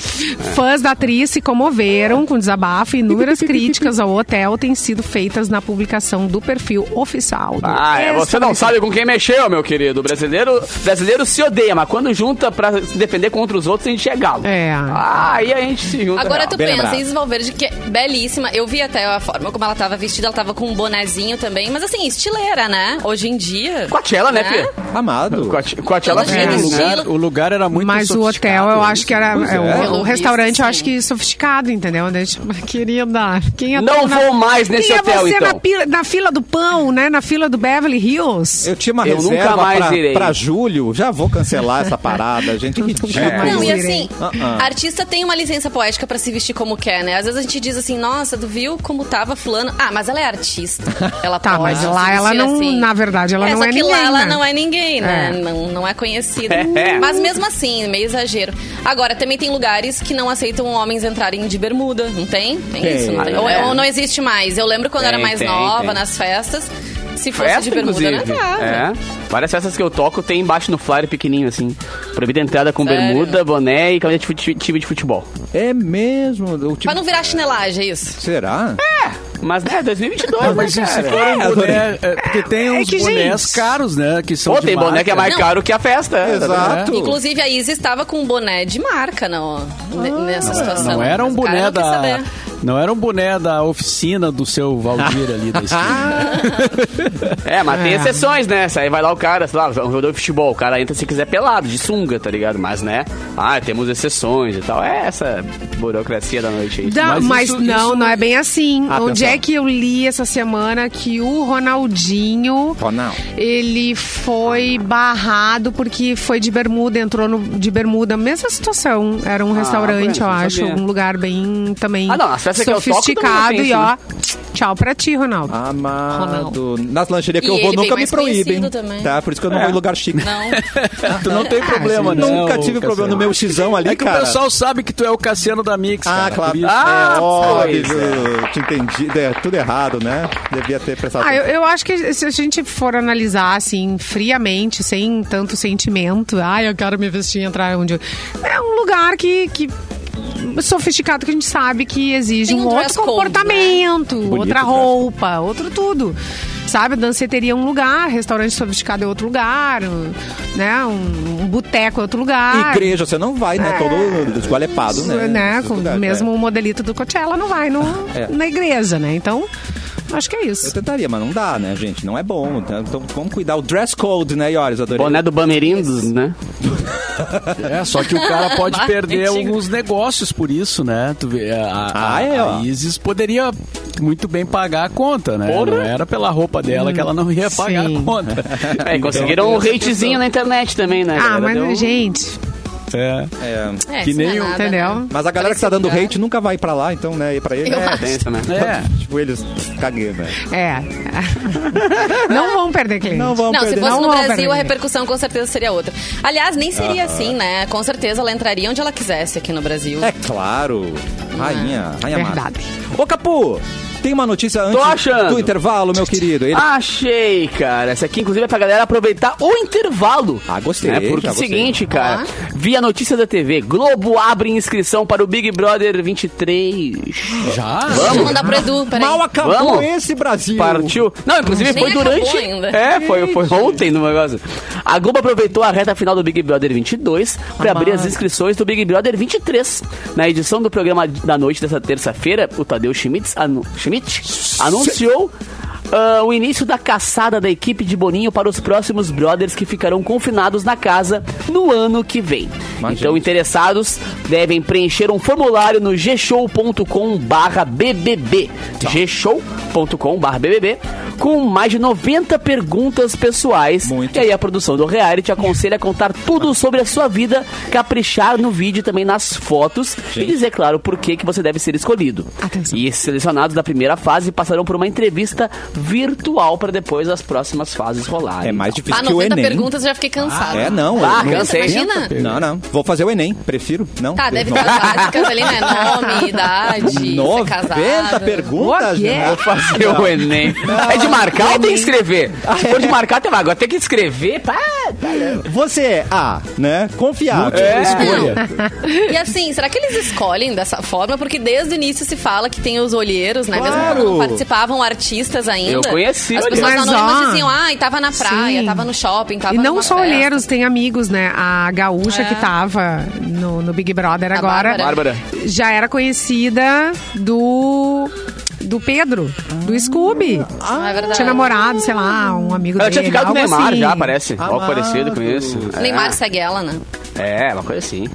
S4: Fãs da atriz se comoveram com o desabafo e inúmeras críticas ao hotel têm sido feitas na publicação do perfil oficial. do
S3: Ah, é, você não sabe com quem mexeu, meu querido. Brasileiro, brasileiro se odeia, mas quando junta pra se defender contra os outros, a gente é galo.
S4: É.
S3: Ah, aí a gente se junta.
S2: Agora
S3: real.
S2: tu
S1: Bem
S2: pensa,
S1: lembrado.
S2: Isis Valverde, que é belíssima. Eu vi até a forma como ela tava vestida, ela tava com um bonezinho também, mas assim, estileira, né? Hoje em dia.
S3: Coachella, né,
S2: Né?
S3: Fê?
S1: Amado.
S3: Coach- Coachella
S2: Todo dia
S3: Fê.
S5: É, O
S2: no
S5: lugar,
S2: estilo.
S5: o lugar era muito
S4: É. Mas o
S5: sofisticado,
S4: hotel, eu
S5: né?
S4: acho que era.
S5: Pois
S4: é,
S5: é.
S4: o- o,
S2: Pelo
S4: restaurante,
S2: visto,
S4: eu acho
S2: sim.
S4: que sofisticado, entendeu? Deixa, mas, querida, quem é
S3: Não
S4: tu na-
S3: vou mais nesse
S4: quem é
S3: hotel,
S4: você
S3: então.
S4: na, pila- na fila do pão, né? Na fila do Beverly Hills?
S1: Eu tinha uma
S3: Eu nunca
S1: reserva
S3: mais
S1: pra,
S3: irei.
S1: pra julho. Já vou cancelar essa parada, gente. Que ridículo.
S4: mais
S2: Não, e
S4: irei.
S2: assim,
S1: Ah, ah.
S2: artista tem uma licença poética pra se vestir como quer, né? Às vezes a gente diz assim, nossa, tu viu como tava fulano? Ah, mas ela é artista. Ela
S4: Tá,
S2: pode
S4: mas
S2: se
S4: lá ela
S2: vestir
S4: não-
S2: assim.
S4: na verdade, ela
S2: é,
S4: não
S2: só
S4: é
S2: que
S4: ninguém,
S2: lá ela
S4: né?
S2: não é ninguém, né?
S4: É.
S2: Não, não é conhecida.
S3: É.
S2: Mas mesmo assim, meio exagero. Agora, também tem lugares que não aceitam homens entrarem de bermuda, não tem? Tem,
S1: Tem.
S2: isso, não tem?
S3: Ah,
S2: Ou,
S3: é.
S2: ou não existe mais. Eu lembro quando eu era
S3: Tem,
S2: mais
S3: tem,
S2: nova,
S3: tem.
S2: nas festas, se fosse
S3: Festa,
S2: de bermuda, né?
S3: inclusive.
S2: não entrava.
S3: É. Várias festas que eu toco tem embaixo no flyer pequenininho, assim. Proibida a entrada com
S2: Sério?
S3: bermuda, boné e camisa de fute- time de futebol.
S1: É mesmo. O tipo,
S2: Pra não virar chinelagem, é isso?
S1: Será?
S3: Mas, né, 2022,
S5: Ah,
S3: né,
S5: mas e se
S3: cara?
S5: for um boné, é, porque tem
S4: É
S5: uns
S4: que,
S5: bonés
S4: gente.
S5: caros, né? Que são
S3: Pô,
S5: de
S3: tem boné
S5: marca.
S3: que é mais
S2: Não.
S3: caro que a festa. né?
S1: Exato.
S2: Inclusive, a Isa estava com um boné de marca não,
S4: Ah.
S2: nessa situação.
S5: Não era um
S2: Mas o cara
S5: boné
S2: não quis
S5: da.
S2: saber.
S5: Não era um boné da oficina do seu Valdir ali da esquina.
S3: É, mas tem
S4: É.
S3: exceções, né? Essa Aí vai lá o cara, sei lá, um jogador de futebol, o cara entra se quiser pelado, de sunga, tá ligado? Mas, né? Ah, temos exceções e tal. É essa burocracia da noite aí.
S4: Da-
S5: Mas
S4: mas
S5: isso-
S4: não,
S5: isso-
S4: não é bem assim.
S3: tá
S1: Ah,
S4: Onde
S1: atenção.
S4: é que eu li essa semana que o Ronaldinho.
S1: Ronaldo.
S4: Ele foi barrado porque foi de bermuda, entrou no- de bermuda. Mesma situação. Era um restaurante,
S3: Breno,
S4: eu
S3: Ah, é, não
S4: acho.
S3: sabia.
S4: Um lugar bem também
S3: Ah, não, as festas que eu toco,
S4: sofisticado.
S3: todo mundo né?
S4: e ó,
S3: tem
S4: tchau pra ti, Ronaldo.
S1: Amado.
S2: Ronaldo.
S1: Nas lancherias que
S2: E
S1: eu vou
S2: ele bem
S1: nunca me
S2: mais
S1: proíbem.
S2: conhecido também.
S1: Tá? Por isso que eu não vou em lugar chique.
S2: Não. é,
S5: tu não tem problema, né?
S1: Ah, Nunca
S5: ô,
S1: tive problema no
S5: Cassiano?
S1: meu xizão ali,
S5: É que
S1: cara.
S5: o pessoal sabe que tu é o Cassiano da Mix.
S1: Ah,
S5: cara,
S1: claro.
S5: por isso.
S1: Ah, é
S3: Ah,
S1: óbvio. Te entendi. É tudo errado, né? Devia ter prestado
S4: Ah, eu, eu acho que se a gente for analisar, assim, friamente, sem tanto sentimento, ah, eu quero me vestir e entrar onde eu... É um lugar que... que- sofisticado que a gente sabe que exige
S2: Tem
S4: um,
S2: um
S4: outro
S2: dress code,
S4: comportamento,
S1: Bonito
S4: outra
S1: dress code.
S4: roupa, outro tudo. Sabe, danceteria é um lugar, restaurante sofisticado é outro lugar, um, né, um, um boteco é outro lugar.
S1: Igreja, você não vai, né? Todo esgualepado, né?
S4: né,
S1: Esses
S4: com-
S1: lugares,
S4: mesmo o modelito do Coachella não vai no,
S1: É.
S4: na igreja, né? Então, acho que é
S1: é. Eu
S4: isso.
S1: tentaria, mas não dá, né, gente? Não é bom. tá? Então vamos cuidar. O dress code, né, Iores? Adorei.
S3: Boné do Bamerindos, né?
S5: É, só que o cara pode
S2: Mas,
S5: perder
S2: antigo.
S5: alguns negócios por isso, né? Tu vê, a, a-
S1: Ah, é, ó.
S5: a Isis poderia muito bem pagar a conta, né?
S3: Porra.
S5: Não era pela roupa dela que ela não ia pagar a
S4: sim.
S5: conta.
S3: É,
S4: Então,
S3: e conseguiram um hatezinho na internet também, né? galera?
S4: Ah, mas,
S1: um
S3: Deu-
S4: gente,
S5: É.
S1: É.
S2: É,
S5: Que
S2: isso não
S5: nem
S2: é
S5: o-
S2: nada,
S4: Entendeu?
S2: né?
S1: Mas a galera que tá
S2: Parece
S1: dando
S2: lugar.
S1: hate nunca vai pra lá, então, né? E pra ele,
S2: Eu
S1: é,
S2: acho.
S3: Tem essa, né?
S5: É.
S1: tipo, eles cagueta.
S4: É. Não vão perder cliente.
S1: Não vão
S2: Não, se
S1: perder.
S2: fosse
S4: Não, é um
S2: no
S4: não,
S2: Brasil,
S4: peraí.
S2: a repercussão com certeza seria outra. Aliás, nem seria assim, né? Com certeza ela entraria onde ela quisesse aqui no Brasil.
S1: É claro. Rainha, rainha
S4: Verdade.
S1: Massa. Ô, Capu, tem uma notícia antes
S3: achando.
S1: do intervalo, meu querido.
S3: Ah,
S1: Ele...
S3: Achei, cara. Essa aqui, inclusive, é pra galera aproveitar o intervalo.
S1: Ah, gostei,
S3: É, porque
S1: já
S3: é o
S1: gostei.
S3: seguinte, cara. Via notícia da TV, Globo abre inscrição para o Big Brother 23.
S5: Já?
S2: Deixa eu mandar pro Edu, peraí. Ah,
S1: Mal acabou
S3: Vamos.
S1: esse Brasil.
S3: Partiu. Não, inclusive
S2: Nem
S3: foi
S2: acabou
S3: durante.
S2: ainda.
S3: É, foi, foi ontem no negócio. A Globo aproveitou a reta final do Big Brother 22 para abrir as inscrições do Big Brother 23. Na edição do programa da noite dessa terça-feira, o Tadeu Schmitz, anu- Schmidt anunciou ah, o início da caçada da equipe de Boninho para os próximos brothers que ficarão confinados na casa no ano que vem.
S1: Imagina.
S3: Então, interessados devem preencher um formulário no gshow.com/bbb.
S1: Tá.
S3: gshow.com/bbb com mais de 90 perguntas pessoais.
S1: Muito.
S3: E aí a produção do reality aconselha a contar tudo sobre a sua vida, caprichar no vídeo e também nas fotos e dizer, claro, por que que você deve ser escolhido.
S4: Atenção.
S3: E selecionados da primeira fase passarão por uma entrevista virtual para depois as próximas fases rolarem.
S1: É mais
S3: Então,
S1: difícil
S2: ah,
S1: que o
S2: 90
S1: Enem.
S2: perguntas, eu já fiquei cansada.
S1: É, não.
S3: Ah,
S1: eu não-
S3: cansa,
S2: hein? Imagina.
S1: Não, não. Vou fazer o Enem. Prefiro. Não.
S2: Tá, deve é ter
S1: não.
S2: as básicas ali, né? Nome, idade, ser
S1: 90
S2: casado.
S1: perguntas,
S4: What?
S2: é.
S1: né?
S3: Fazer o Enem. Ah, É de marcar ou tem que escrever? Se for de marcar, tem agora. Tem que escrever, pá.
S1: Você é A, né? Confiável.
S2: E assim, será que eles escolhem dessa forma? Porque desde o início se fala que tem os olheiros, né? Mesmo
S1: Claro.
S2: quando não participavam artistas ainda.
S3: Eu conheci
S2: As
S3: olheiros.
S2: pessoas
S4: Mas,
S2: anônimas
S4: ó,
S2: diziam, ah, e tava na praia,
S4: sim.
S2: tava no shopping, tava
S4: E não
S2: numa
S4: só
S2: festa. É.
S4: olheiros, tem amigos, né? A gaúcha que tava no, no Big Brother
S2: A
S4: agora
S3: Bárbara.
S4: já era conhecida do. Do Pedro, do Scooby.
S2: Ah, é verdade.
S4: Tinha namorado, sei lá, um amigo
S3: Ela
S4: dele.
S3: tinha ficado com o
S4: algo
S3: Neymar
S4: assim.
S3: já, parece. Algo
S1: Amado.
S3: parecido com isso.
S2: Neymar segue ela, né?
S3: É, é, uma coisa assim.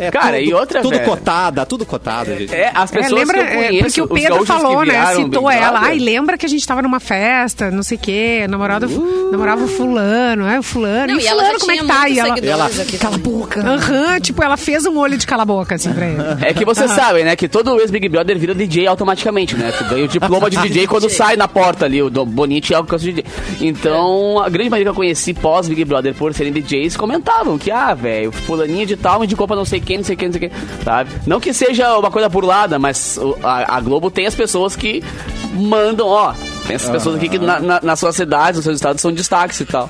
S1: É
S3: Cara, e outra,
S1: Tudo
S3: velho?
S1: cotada, tudo cotada, gente.
S3: É, as
S4: É,
S3: pessoas
S4: lembra,
S3: que eu
S4: é,
S3: conheço,
S4: porque o
S3: os
S4: Pedro
S3: gaúchos que
S4: falou, né?
S3: vieram
S4: Citou
S3: Big
S4: ela.
S3: Brother.
S4: Ai, lembra que a gente tava numa festa, não sei o quê, namorado, namorava
S3: Uh.
S4: o fulano, é o fulano.
S2: Não,
S4: e
S2: e ela já
S4: fulano, como é que
S2: tinha
S4: tá?
S2: muitos
S4: E ela,
S2: seguidores aqui
S4: cala a
S2: também.
S4: boca. Aham, tipo, ela fez um olho de cala a boca, assim, pra ele.
S3: É que vocês sabem, né? Que todo ex-Big Brother vira DJ automaticamente, né? Tu ganha o diploma de DJ quando sai na porta ali, o do- Bonite alcança o DJ. Então, a grande maioria que eu conheci pós-Big Brother por serem DJs comentavam que, ah, velho, fulaninha de tal me indicou pra não sei quem, não sei quem, não sei quem, sabe? Não que seja uma coisa burlada, mas o- a, a Globo tem as pessoas que mandam, ó, tem essas pessoas aqui que na, na, nas suas cidades, nos seus estados são destaques e tal.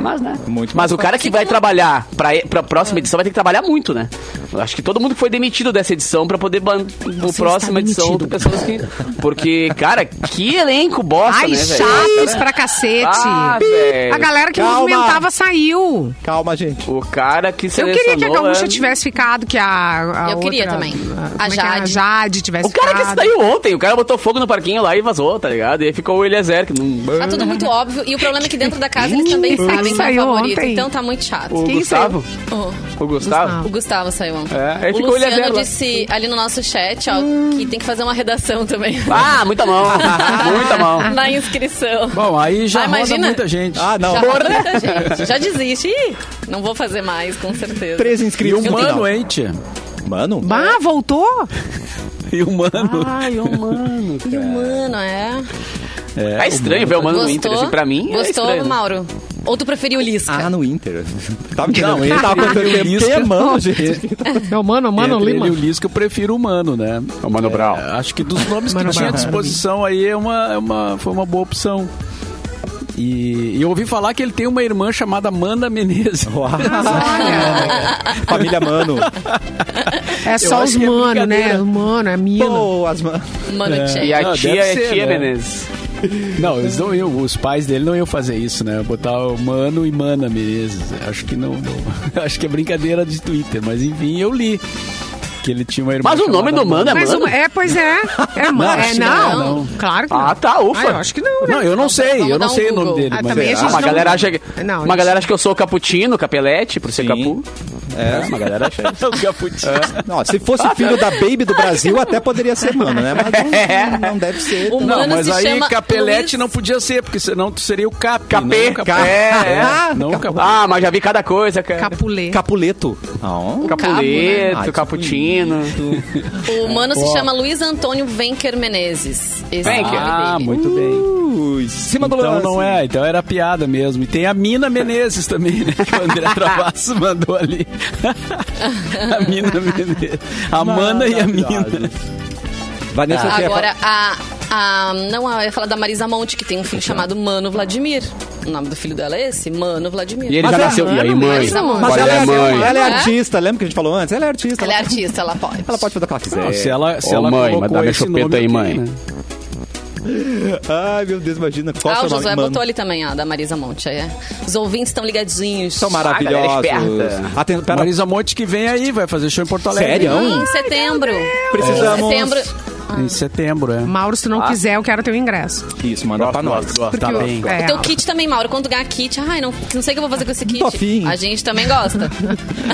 S3: Mas, né?
S1: Muito
S3: Mas o cara que vai trabalhar pra, e- pra próxima edição vai ter que trabalhar muito, né? Eu acho que todo mundo que foi demitido dessa edição pra poder ban pro próxima edição tem pessoas que. Porque, cara, que elenco bosta,
S4: Ai,
S3: né, velho?
S4: chatos pra cacete.
S3: Ah, velho.
S4: a galera que
S1: Calma.
S4: movimentava saiu.
S1: Calma, gente.
S3: O cara que
S4: Eu
S3: selecionou...
S4: queria que a Gaúcha
S3: é-
S4: tivesse ficado, que a, a
S2: Eu queria
S4: outra-
S2: também.
S4: A,
S2: A
S4: como é que é? a
S2: Jade.
S4: Jade tivesse
S3: O cara que
S4: ficado.
S3: saiu ontem, o cara botou fogo no parquinho lá e vazou, tá ligado? E aí ficou o Eliezer, que não...
S2: Tá tudo muito óbvio. E o problema é que dentro da casa eles também
S4: Quem
S2: sabem quem é o
S4: saiu
S2: favorito.
S4: ontem?
S2: Então tá muito chato.
S3: O
S4: Quem
S3: Gustavo,
S2: Oh.
S3: o Gustavo.
S2: O Gustavo saiu ontem.
S3: É, aí
S2: o
S3: ficou o Eliezer
S2: Luciano
S3: lá.
S2: disse ali no nosso chat, ó, que tem que fazer uma redação também. Tá
S3: Ah, muita mão, muita mão.
S2: Na inscrição.
S5: Bom, aí já
S2: Ah,
S5: roda
S2: imagina.
S5: muita gente.
S1: Ah, não.
S2: Já falou muita gente. Já desiste. Ih, não vou fazer mais, com certeza.
S1: Três
S5: E
S1: inscritos.
S5: o mano, hein, tia?
S1: Mano?
S3: É.
S4: Bah, voltou?
S5: E o mano.
S1: Ah.
S3: Ai, ô, mano.
S2: E o mano, é.
S3: É estranho ver o Mano no Inter, assim, pra mim é
S2: Gostou,
S3: estranho.
S2: Mauro? Ou tu preferiu o Lisca?
S1: Ah, no Inter. Tá me
S5: Não,
S1: entendendo?
S5: ele-
S1: Tá acontecendo
S5: ele-
S1: que
S5: isso
S1: é
S5: que-
S1: mano, gente.
S4: É o Mano, o Mano
S5: Entre
S4: Lima.
S5: Ele e o Lisca, eu prefiro o Mano, né?
S3: O Mano Brown.
S5: É, acho que dos nomes que
S4: Mano
S5: tinha à
S4: Brown.
S5: disposição aí é uma, é uma, foi uma boa opção. E, e eu ouvi falar que ele tem uma irmã chamada Amanda Menezes.
S1: Uau. Família Mano.
S4: É só
S5: acho
S4: os
S5: que é
S4: mano, né?
S5: brincadeira.
S4: O mano, é mina.
S1: Boas, mano.
S5: Ah,
S2: Mano, Tchê.
S3: E a
S5: Não,
S3: tia
S5: deve
S3: é
S5: ser,
S3: tia
S5: né?
S3: Menezes.
S5: Não, eles não iam, os pais dele não iam fazer isso, né? Botar o Mano e Mana Menezes. Acho que não, não- Acho que é brincadeira de Twitter, mas enfim, eu li que ele tinha uma irmã.
S3: Mas o nome
S5: chamada
S3: do Mano é
S4: Mas
S3: Mano?
S4: uma- é, pois é. É, mano.
S5: acho
S4: é,
S5: que
S4: não.
S5: não,
S4: Claro que não.
S3: Ah, tá, ufa.
S4: Ah, eu acho que não, né?
S5: Não, eu não sei, eu
S2: dar
S5: não
S2: um
S5: sei o nome
S2: Google.
S5: dele.
S4: Ah,
S5: mas
S4: também a
S5: é.
S4: gente
S3: Ah, uma
S4: não- É,
S3: galera acha que,
S4: Não,
S3: uma
S4: gente.
S3: galera acha que eu sou caputino, capelete, por ser
S1: Sim.
S3: capu. É, uma galera acha. isso.
S5: É.
S1: Não, se fosse filho da Baby do Brasil, até poderia ser mano, né? Mas não, não deve ser.
S2: O
S5: Não,
S2: mano
S5: mas
S2: se
S5: aí
S2: chama
S5: Capelete
S2: Luiz-
S5: não podia ser, porque senão tu seria o Cap.
S3: Capê,
S5: não o
S3: Capé, é.
S5: Não o Cap.
S3: Ah, mas já vi cada coisa, cara.
S4: Capulê.
S1: Capuleto. Ah,
S3: Capuleto,
S1: Cabo, né?
S3: caputino.
S2: O mano se chama Luiz Antônio Venker Menezes. Esse é o
S3: Venker.
S2: nome
S5: Ah,
S2: dele.
S5: muito bem.
S1: Ui, cima do
S5: Então
S1: lance.
S5: não é, então era piada mesmo. E tem a Mina Menezes também, né? Que o André Travasso mandou ali. a Mina Menezes. A Mana e a Mina.
S1: Vanessa, você é ia
S2: Agora, a, a. Não, eu ia falar da Marisa Monte, que tem um filho chamado Mano Vladimir. O nome do filho dela é esse? Mano Vladimir.
S3: E ele
S1: Mas
S3: já
S1: é
S3: nasceu. E aí,
S1: mano
S3: mãe?
S2: mesmo? Mas
S1: Mas
S3: Qual
S1: ela
S3: é,
S1: é,
S3: mãe?
S1: ela é
S2: É?
S1: artista, lembra que a gente falou antes? Ela é artista.
S2: Ela
S1: Ela,
S2: é artista, ela pode.
S1: ela pode fazer o que ela quiser.
S5: Se ela, se
S3: é. Ô,
S5: ela
S3: mãe, mas dá
S5: colocou
S3: minha
S5: esse
S3: chupeta
S5: nome
S3: aí,
S5: aqui,
S3: mãe.
S5: né?
S1: Ai, meu Deus, imagina. Qual é o
S2: ah, o
S1: seu
S2: Josué
S1: nome, mano?
S2: botou ali também, ó, da Marisa Monte. aí, é. Os ouvintes estão ligadinhos.
S1: São
S3: Ah,
S1: maravilhosos.
S3: galera esperta.
S1: Aten- pera-
S5: Marisa Monte que vem aí, vai fazer show em Porto Alegre.
S1: Sério?
S2: Em setembro.
S1: Precisamos-
S2: Em setembro.
S5: em setembro, é.
S4: Mauro, se tu
S3: Ah.
S4: não quiser, eu quero teu ingresso.
S1: Isso, manda pra nós.
S4: Porque
S5: tá
S4: o-
S5: bem.
S4: é,
S2: O teu kit também, Mauro, quando ganhar kit, ai, não, não sei o que eu vou fazer com esse kit.
S1: Tô afim.
S2: A gente também gosta.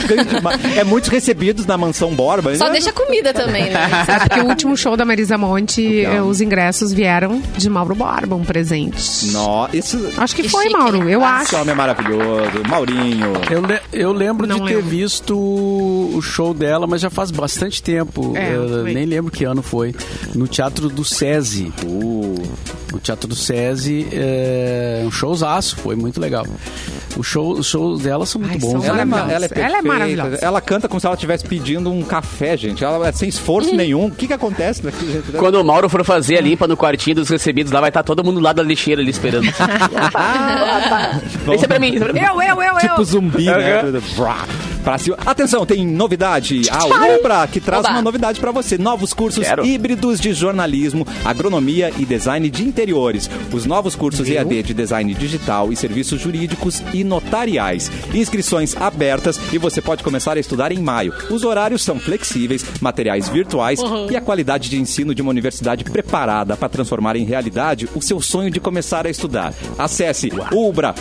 S1: Ganho demais. É muitos recebidos na mansão Borba. né?
S2: Só deixa comida também, né?
S4: É porque o último show da Marisa Monte, eh, os ingressos vieram de Mauro Borba, um presente.
S1: Não, isso,
S4: Acho que,
S2: Que
S4: foi,
S2: chique,
S4: Mauro,
S2: né?
S4: eu
S1: esse
S4: acho.
S1: homem é maravilhoso. Maurinho.
S5: Eu, le- eu lembro
S4: Não
S5: de ter
S4: lembro.
S5: visto o show dela, mas já faz bastante tempo.
S4: É, eu
S5: Eh,
S4: também.
S5: nem lembro que ano foi. No Teatro do SESI.
S1: Uh.
S5: O Teatro do SESI é um showzaço, foi muito legal. O show, os shows dela são muito
S4: Ai,
S5: bons.
S4: são
S5: né?
S1: Ela é, ma- ela, é
S4: Maravilhosa. Ela é
S1: perfeita.
S4: maravilhosa.
S1: Ela canta como se ela estivesse pedindo um café, gente. Ela é sem esforço nenhum. O que, que acontece daqui? gente?
S3: Quando o Mauro for fazer a limpa no quartinho dos recebidos, lá vai estar todo mundo lá da lixeira ali esperando. Isso é pra mim. isso é pra mim.
S4: Eu, eu, eu,
S1: Tipo
S4: eu.
S1: zumbi, né? Brá, Pra cima. Atenção, tem novidade. A Ubra, que traz
S2: Oba.
S1: uma novidade pra você. Novos cursos
S3: Quero.
S1: híbridos de jornalismo, agronomia e design de interiores. Os novos cursos EAD de design digital e serviços jurídicos e notariais. Inscrições abertas e você pode começar a estudar em maio. Os horários são flexíveis, materiais virtuais
S4: Uhum.
S1: e a qualidade de ensino de uma universidade preparada para transformar em realidade o seu sonho de começar a estudar. Acesse ubra.br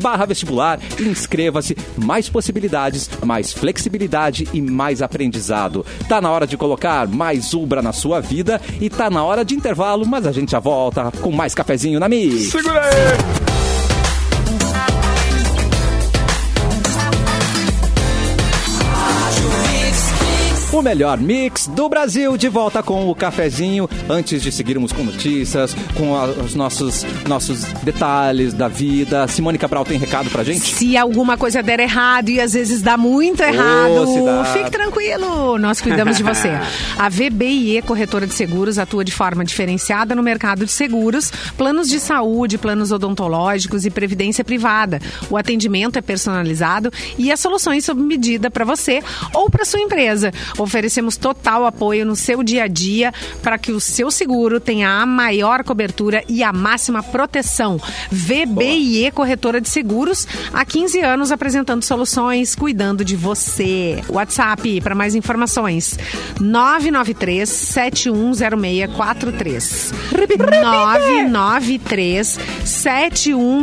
S1: barra vestibular e inscreva-se. Mais possibilidades, mais flexibilidade e mais aprendizado. Tá na hora de colocar mais Ubra na sua vida e tá na hora de intervalo, mas a gente já volta com mais cafezinho na Mi. O melhor mix do Brasil de volta com o cafezinho. Antes de seguirmos com notícias, com a- os nossos, nossos detalhes da vida, Simone Cabral tem recado pra gente?
S4: Se alguma coisa der errado e às vezes dá muito errado,
S1: se dá.
S4: fique tranquilo, nós cuidamos de você. A VBIE Corretora de Seguros atua de forma diferenciada no mercado de seguros, planos de saúde, planos odontológicos e previdência privada. O atendimento é personalizado e as soluções sob medida para você ou para sua empresa. Oferecemos total apoio no seu dia a dia para que o seu seguro tenha a maior cobertura e a máxima proteção. VBIE Corretora de Seguros, há 15 anos apresentando soluções, cuidando de você. WhatsApp para mais informações: 993 710643. 993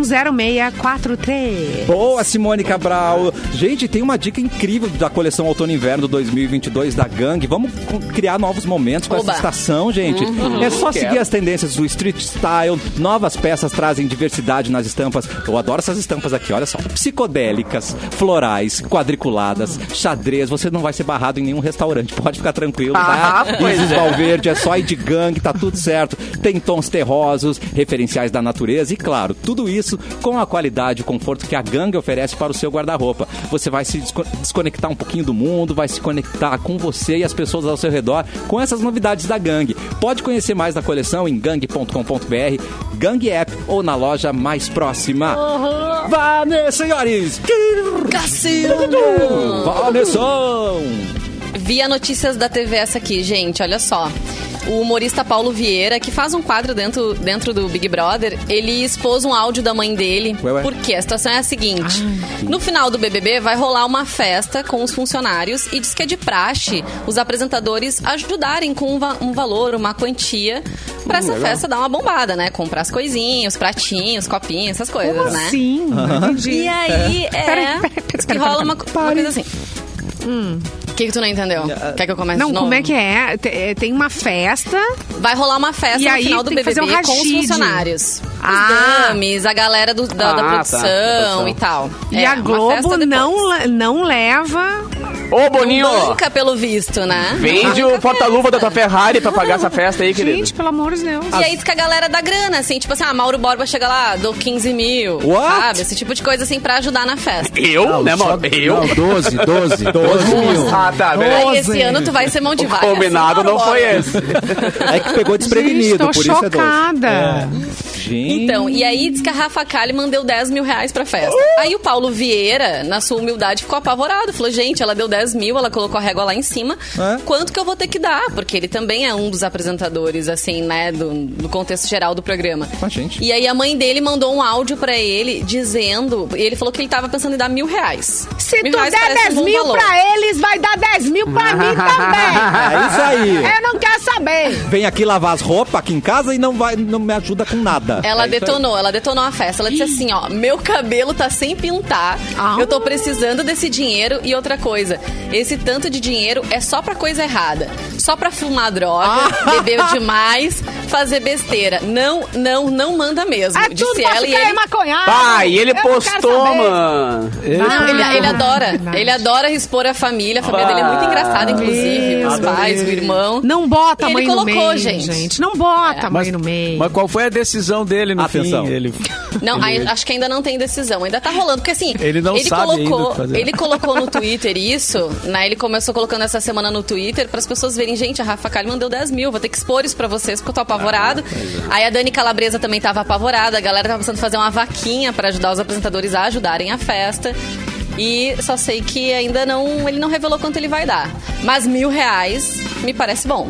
S4: 710643.
S1: Boa, Simone Cabral. Gente, tem uma dica incrível da coleção Outono e Inverno 2022 da Gangue. Vamos co- criar novos momentos com
S2: Oba.
S1: essa estação, gente.
S3: Uhum.
S1: É só seguir as tendências do street style. Novas peças trazem diversidade nas estampas. Eu adoro essas estampas aqui, olha só. Psicodélicas, florais, quadriculadas, xadrez. Você não vai ser barrado em nenhum restaurante. Pode ficar tranquilo, tá?
S3: Ah, pois
S1: Isis
S3: é.
S1: Valverde é só ir de gangue, tá tudo certo. Tem tons terrosos, referenciais da natureza e, claro, tudo isso com a qualidade e conforto que a gangue oferece para o seu guarda-roupa. Você vai se desco- desconectar um pouquinho do mundo, vai se conectar com você e as pessoas ao seu redor com essas novidades da gangue. Pode conhecer mais da coleção em gangue.com.br, gangue app ou na loja mais próxima.
S4: Uhum.
S1: Vá, né, senhores!
S2: Cassiano!
S1: Vanessão!
S2: Via notícias da TV essa aqui, gente, olha só. O humorista Paulo Vieira, que faz um quadro dentro, dentro do Big Brother, ele expôs um áudio da mãe dele.
S1: Ué, ué.
S2: Porque a situação é a seguinte: no final do BBB vai rolar uma festa com os funcionários e diz que é de praxe os apresentadores ajudarem com um, va- um valor, uma quantia, pra essa festa dar uma bombada, né? Comprar as coisinhas, os pratinhos, copinhos, essas coisas,
S4: Como
S2: né?
S4: assim? Não entendi.
S2: E aí, é.
S4: Peraí, peraí,
S2: diz que
S4: peraí,
S2: rola
S4: peraí,
S2: uma, co- uma coisa assim. Hum. O que, que tu não entendeu?
S3: Ah,
S2: Quer que eu comece
S4: Não,
S2: de novo?
S4: como é que é? Te- é, Tem uma festa.
S2: Vai rolar uma festa
S4: E
S2: no
S4: aí
S2: final do
S4: tem que
S2: BBB
S4: fazer um
S2: com os
S4: rachide.
S2: funcionários.
S4: Ah.
S2: Os dames, a galera do- da,
S3: Ah,
S2: da
S3: tá,
S2: produção
S3: produção.
S2: e tal.
S4: e
S2: É,
S4: a
S2: uma festa
S4: Globo
S2: depois.
S4: não, le- não leva.
S3: Ô, Boninho,
S2: Banca, pelo visto, né?
S3: vende o porta-luva da tua Ferrari pra pagar essa festa aí, querido.
S4: Gente, pelo amor de Deus.
S2: E aí diz que a galera dá grana, assim, tipo assim, ah, Mauro Borba chega lá, dou 15 mil,
S1: What?
S2: sabe? Esse tipo de coisa, assim, pra ajudar na festa.
S3: Eu? né, Mauro? Eu?
S5: Não, 12, 12, 12 mil.
S3: Ah, tá, beleza.
S2: Aí esse ano tu vai ser mão de vaca. assim,
S3: Combinado
S2: Mauro
S3: não foi
S2: Borba.
S3: esse.
S1: É que pegou desprevenido,
S4: Gente, tô
S1: por isso é doce.
S4: chocada.
S1: É. Gente.
S2: Então, e aí diz que a Rafa Kalimann deu 10 mil reais pra festa.
S4: Uh!
S2: Aí o Paulo Vieira, na sua humildade, ficou apavorado. Falou, gente, ela deu 10 mil, ela colocou a régua lá em cima.
S1: É.
S2: Quanto que eu vou ter que dar? Porque ele também é um dos apresentadores, assim, né, do, do contexto geral do programa.
S1: Mas, gente.
S2: E aí a mãe dele mandou um áudio pra ele dizendo... E ele falou que ele tava pensando em dar mil reais.
S4: Se
S2: Mil
S4: tu
S2: reais
S4: der
S2: parece
S4: 10
S2: um bom
S4: mil
S2: valor.
S4: pra eles, vai dar 10 mil pra mim também.
S1: É isso aí.
S4: Eu não quero bem.
S1: Vem aqui lavar as roupas aqui em casa e não, vai, não me ajuda com nada.
S4: É
S2: Ela detonou, ela detonou a festa. Ela disse assim, ó, meu cabelo tá sem pintar,
S4: Ah.
S2: eu tô precisando desse dinheiro e outra coisa, esse tanto de dinheiro é só pra coisa errada, só pra fumar droga,
S4: Ah.
S2: beber demais, fazer besteira. Não, não, não manda mesmo,
S4: É tudo
S2: disse
S4: pra
S2: ela e
S4: ficar
S2: ele...
S4: maconhado.
S3: Pai, Ah, ele
S4: Eu não quero
S3: postou,
S4: saber.
S3: mano.
S5: Ele-
S4: Ah,
S2: Ele, ele adora,
S4: verdade. Ah.
S2: ele adora expor a família. A família
S3: Bah.
S2: dele é muito engraçada, inclusive. Os
S1: Adorei.
S2: pais, o irmão.
S4: Não bota a
S2: E
S4: mãe
S2: ele
S4: no
S2: colocou,
S4: meio,
S2: gente. É.
S4: Não bota a mãe no meio.
S5: mas qual foi a decisão dele no
S1: Atenção.
S5: fim? Ele,
S2: Não,
S5: ele-
S2: aí acho que ainda não tem decisão. Ainda tá rolando, porque assim.
S5: Ele não sabe ainda o que
S2: colocou,
S5: fazer.
S2: Ele colocou no Twitter isso, né? Ele começou colocando essa semana no Twitter para as pessoas verem, gente, a Rafa Kalimann deu 10 mil, vou ter que expor isso pra vocês porque eu tô
S5: Ah,
S2: apavorado.
S5: é.
S2: Aí a Dani Calabresa também tava apavorada, a galera tava pensando em fazer uma vaquinha para ajudar os apresentadores a ajudarem a festa. E só sei que ainda não. Ele não revelou quanto ele vai dar. Mas mil reais me parece bom.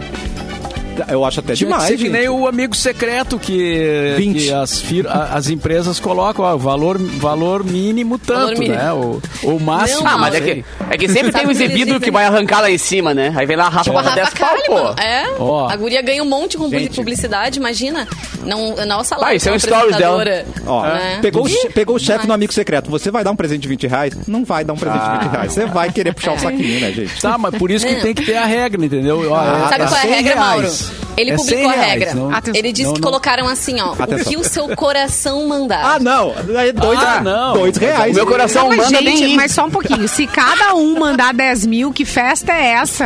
S1: Eu acho até
S5: Tinha que
S1: demais,
S5: ser é que
S1: gente.
S5: nem o amigo secreto que,
S1: 20.
S5: que as, fir- a- as empresas colocam, ó, valor, valor mínimo tanto,
S2: mínimo.
S5: né? O, o máximo.
S2: Não,
S3: Ah, mas é
S5: não sei.
S3: que, é que sempre tem um
S2: Sabe o que eles
S3: exibido que
S2: dizem?
S3: vai arrancar lá em cima, né? Aí vem lá a Rafa
S2: Tipo, a
S3: pra 10
S2: Rafa
S3: pau,
S2: Kalimann.
S3: pô.
S2: É.
S5: Ó.
S2: A guria ganha um monte com publi-
S1: Gente.
S2: publicidade, imagina. Não, não salário.
S3: Ah, isso é
S2: uma
S3: um stories dela.
S2: apresentadora,
S1: Ó,
S2: né?
S1: pegou, o che- pegou o chefe
S2: Mas-
S1: no amigo secreto. Você vai dar um presente de 20 reais? Não vai dar um presente de 20 reais. Você vai querer
S2: É.
S1: puxar o saquinho, né, gente?
S5: Tá, mas por isso que tem que ter a regra, entendeu? Ó, é-
S2: Sabe
S5: é
S2: qual é a
S5: 100
S2: regra, Mauro?
S5: reais.
S2: Ele
S5: É 100
S2: publicou a
S5: reais,
S2: regra.
S5: não-
S4: Atenção.
S2: Ele disse
S5: Não,
S2: que
S5: não.
S2: colocaram assim, ó. O
S1: Atenção.
S2: que o seu coração mandar.
S1: Ah, não. É dois,
S5: Ah, não.
S1: dois reais.
S3: Meu coração
S4: Mas,
S3: manda
S4: gente,
S3: nem ir.
S4: mas só um pouquinho. Se cada um mandar 10 mil, que festa é essa?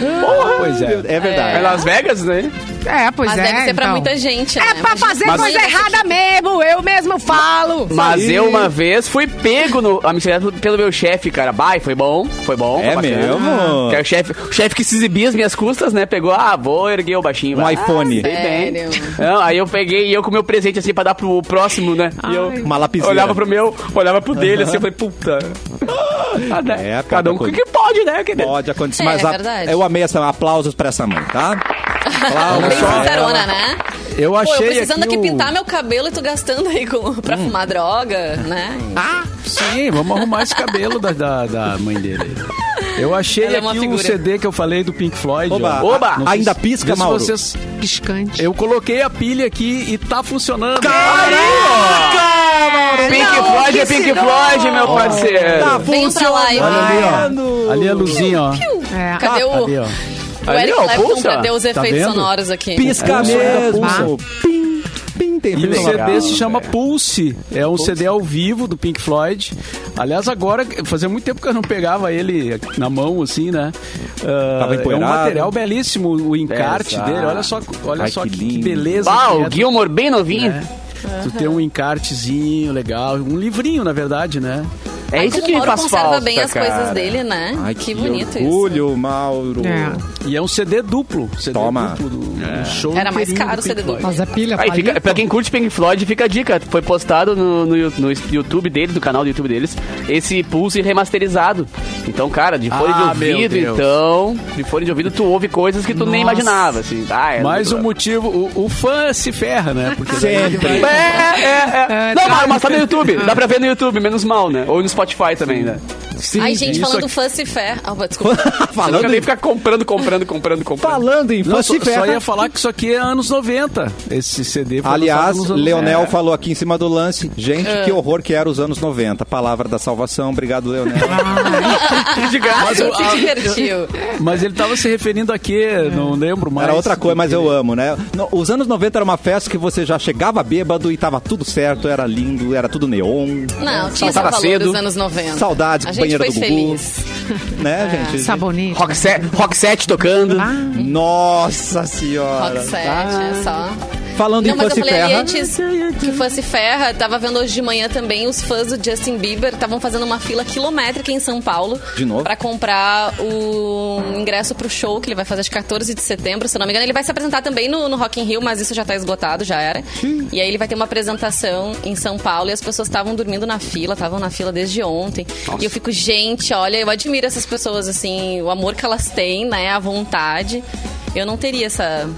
S1: Porra,
S5: Pois é.
S1: meu- É
S3: É
S1: verdade.
S3: Las Vegas, né?
S4: É, pois
S2: Mas
S4: é.
S2: deve ser pra
S4: então.
S2: muita gente, né?
S4: É pra fazer
S2: Mas-
S4: coisa
S2: Mas-
S4: errada mesmo, eu mesmo falo.
S3: Mas
S1: aí.
S3: eu uma vez fui pego no amigo secreto pelo meu chefe, cara. Bai, foi bom, foi bom.
S1: É
S3: foi bacana.
S1: mesmo?
S3: Que é o chefe, o chefe que se exibia às minhas custas, né? Pegou, ah, vou erguer o baixinho.
S1: Um
S3: vai.
S1: iPhone.
S3: Ah, sei bem.
S2: Sério?
S3: Não, aí eu peguei e eu com o meu presente assim pra dar pro próximo, né? E eu
S1: Uma lapiseira.
S3: olhava pro meu, olhava pro dele, assim, eu falei, puta. Ah, né?
S1: É, cada
S3: Cada um com o
S1: coisa.
S3: que pode, né, querido?
S1: Pode acontecer.
S2: É,
S1: mas a-
S2: verdade.
S1: eu amei essa. Aplausos pra essa mãe, tá?
S2: Bem
S1: Aplausos.
S2: sincerona, né?
S5: é Eu
S2: Pô,
S5: achei
S2: eu precisando aqui
S5: o- Hum.
S2: pintar meu cabelo e tu gastando aí com, pra fumar droga, né?
S5: Ah, Sim, vamos arrumar esse cabelo da, da, da mãe dele. Eu achei
S2: Ela é uma
S5: aqui o
S2: figura.
S5: CD que eu falei do Pink Floyd.
S1: Oba.
S5: ó.
S3: Oba.
S5: Não sei
S1: Ainda
S5: se-
S1: pisca,
S5: vê se
S1: Mauro?
S5: vocês-
S4: Piscante.
S5: Eu coloquei a pilha aqui e tá funcionando.
S3: Pink
S4: Não,
S3: Floyd
S4: que
S3: é Pink
S4: sinal.
S3: Floyd, meu parceiro.
S1: Tá
S2: Venham pra lá, hein?
S1: funcionando.
S5: Ali é a luzinha, ó.
S4: É.
S2: Cadê
S5: Ah,
S2: o,
S5: ali, ó.
S2: o
S3: Ali,
S2: Eric
S3: ó,
S2: Clapton?
S3: pulsa.
S2: Cadê os
S5: Tá
S2: efeitos
S5: vendo?
S2: sonoros aqui?
S1: Pisca mesmo.
S4: pulso.
S1: Pim, pim, tem
S5: E o
S1: pulso
S5: CD
S1: legal.
S5: se chama Pulse. É um CD ao vivo do Pink Floyd. Aliás, agora, fazia muito tempo que eu não pegava ele na mão, assim, né? Ah,
S1: Tava
S5: é um
S1: empoeirado.
S5: material belíssimo, o encarte
S3: Exato.
S5: dele. Olha só, olha
S1: Ai,
S5: só
S1: que
S5: que, que
S1: lindo.
S5: beleza.
S3: Ah,
S5: que é
S3: o Gilmore bem novinho.
S5: Tu tem um encartezinho legal, um livrinho, na verdade, né?
S3: É
S2: Ai,
S3: isso
S2: como
S3: que
S2: o
S3: me
S2: Mauro
S3: faz
S2: conserva
S3: falta,
S2: bem as
S3: cara.
S2: coisas dele, né? que, bonito isso.
S1: orgulho, Mauro.
S4: É.
S5: E é um CD duplo. CD
S1: Toma. É.
S5: duplo do um show.
S2: Era mais
S5: inteirinho
S2: caro
S5: do
S2: o CD
S5: Pink Floyd.
S2: duplo.
S4: Mas a é pilha,
S3: Aí,
S4: palito.
S3: fica, pra quem curte Pink Floyd, fica a dica. Foi postado no, no, Yu- no YouTube deles, no canal do YouTube deles, esse pulse remasterizado. Então, cara, de fone
S5: Ah,
S3: de
S5: meu
S3: ouvido,
S5: Deus.
S3: então. De fone de ouvido, tu ouve coisas que tu nem
S4: Nossa.
S3: imaginava, assim. Ah, é
S5: Mais um
S3: muito-
S5: motivo, o, o fã se ferra, né? Porque daí ele
S1: Sempre.
S3: É, é, é.
S4: É,
S3: Não,
S4: tá.
S3: mas- mas tá no YouTube. Dá pra ver no YouTube, menos mal, né? Ou no Spotify também, né?
S5: Sim,
S2: Ai, gente,
S5: isso
S2: falando
S5: aqui-
S2: fã se ferra. Ah, desculpa.
S3: Não
S1: falando,
S3: nem
S1: em,
S3: ficar comprando, comprando, comprando, comprando.
S1: falando em
S5: Não,
S1: fã
S5: só,
S1: se
S5: só
S1: ferra.
S5: ia falar que isso aqui é anos 90. Esse CD foi lançado
S1: Aliás,
S5: nos anos É.
S1: Leonel
S5: 90.
S1: falou aqui em cima do lance. Gente, que
S2: Ah.
S1: horror que era os anos 90. Palavra da salvação. Obrigado, Leonel.
S3: de graça.
S2: Você Ah, se divertiu.
S5: Mas ele tava se referindo a quê? Não lembro mais.
S1: É. Era outra coisa, mas eu amo, né? No- os anos 90 era uma festa que você já chegava bêbado e tava tudo certo, era lindo, era tudo neon.
S2: Não, tinha seu
S3: Saltava
S2: valor
S3: cedo.
S2: dos anos 90.
S1: Saudades,
S2: A gente
S1: banheiro
S2: foi
S1: do Gugu.
S2: feliz. É.
S1: Né, gente?
S2: Tá
S4: Sabonete.
S3: Rock set, rock set tocando.
S1: Ah, Nossa senhora.
S2: Rock 7, é só.
S1: Falando
S2: Não,
S1: em
S2: mas eu
S1: Fancy
S2: falei ali
S1: Ferra.
S2: antes que fosse ferra, tava vendo hoje de manhã também os fãs do Justin Bieber estavam fazendo uma fila quilométrica em São Paulo.
S1: De novo?
S2: Pra comprar o ingresso pro show que ele vai fazer de 14 de setembro, se eu não me engano. Ele vai se apresentar também no, no Rock in Rio, mas isso já tá esgotado, já era. E aí ele vai ter uma apresentação em São Paulo e as pessoas estavam dormindo na fila, estavam na fila desde ontem. E eu fico, gente, olha, eu admiro essas pessoas, assim, o amor que elas têm, né, a vontade. Eu não teria essa...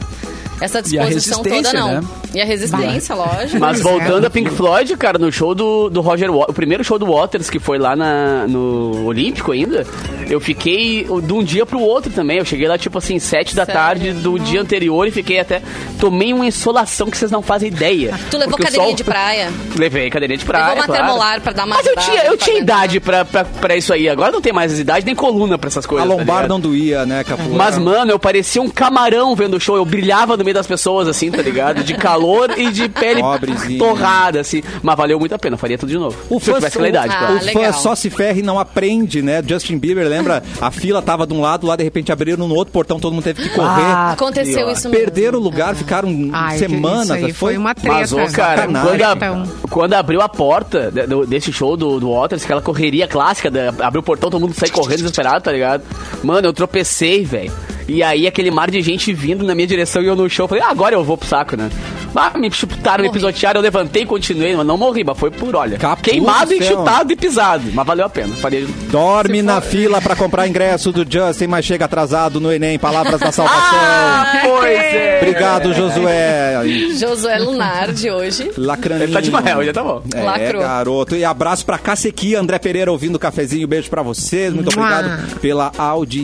S2: Essa
S5: E a
S2: disposição toda,
S5: resistência,
S2: não.
S5: né?
S2: E a resistência, lógico.
S3: Mas
S4: Pois é.
S3: voltando a Pink Floyd, cara, no show do, do Roger Waters, o primeiro show do Waters, que foi lá na- no Olímpico ainda, eu fiquei de um dia pro outro também. Eu cheguei lá, tipo assim, sete da
S2: Sério?
S3: tarde do dia anterior e fiquei até. Tomei uma insolação que vocês não fazem ideia.
S2: Ah, Tu levou
S3: Porque o
S2: cadeirinha
S3: sol-
S2: de praia?
S3: Levei cadeirinha de praia.
S2: Levou uma
S3: claro.
S2: termolar pra dar uma
S3: Mas eu
S2: ajudada,
S3: tinha, eu
S2: pra
S3: tinha
S2: dar-
S3: idade pra, pra, pra isso aí. Agora não tem mais idade nem coluna pra essas
S1: A
S3: coisas. tá
S1: lombar
S3: ligado?
S1: não doía, né, Capu?
S3: Mas, mano, eu parecia um camarão vendo o show. Eu brilhava no meio das pessoas, assim, tá ligado? De calor e de pele
S1: Pobrezinho.
S3: torrada, assim. Mas valeu muito a pena, eu faria tudo de novo.
S1: O
S3: Se eu
S1: fã,
S3: tivesse aquela
S1: o-
S3: idade,
S2: Ah,
S3: claro.
S1: o fã
S2: legal.
S1: só se ferra e não aprende, né? Justin Bieber, lembra? A fila tava de um lado, lá de repente abriram no outro portão, todo mundo teve que correr.
S3: Ah,
S2: Aconteceu
S3: pior.
S2: isso mesmo.
S1: Perderam o lugar, ficaram
S4: Ai, que-
S1: semanas.
S4: Ah, isso aí
S1: né?
S4: foi uma treta.
S3: Mas, ô, cara,
S1: Sacanagem.
S3: quando,
S4: Então.
S3: a- quando abriu a porta de- do- desse show do, do Waters, aquela correria clássica, da, abriu o portão, todo mundo sai correndo desesperado, tá ligado? Mano, eu tropecei, velho. E aí aquele mar de gente vindo na minha direção e eu no show, falei, ah, agora eu vou pro saco, né? Ah, me chutaram, me
S2: Morri.
S3: pisotearam, eu levantei e continuei, mas não morri, mas foi por, olha,
S1: Capuz
S3: queimado,
S1: do
S3: e
S1: céu.
S3: chutado e pisado. Mas valeu a pena, faria...
S1: Dorme na fila pra comprar ingresso do Justin, mas chega atrasado no Enem. Palavras da salvação.
S3: Ah, pois é!
S1: Obrigado, Josué.
S2: Josué Lunar de hoje.
S1: Lacraninho.
S3: Ele tá de maré, hoje tá bom.
S1: É,
S2: Lacrou.
S1: garoto. E abraço pra Cacequi, André Pereira ouvindo o cafezinho. Beijo pra vocês. Muito
S4: Mua.
S1: obrigado pela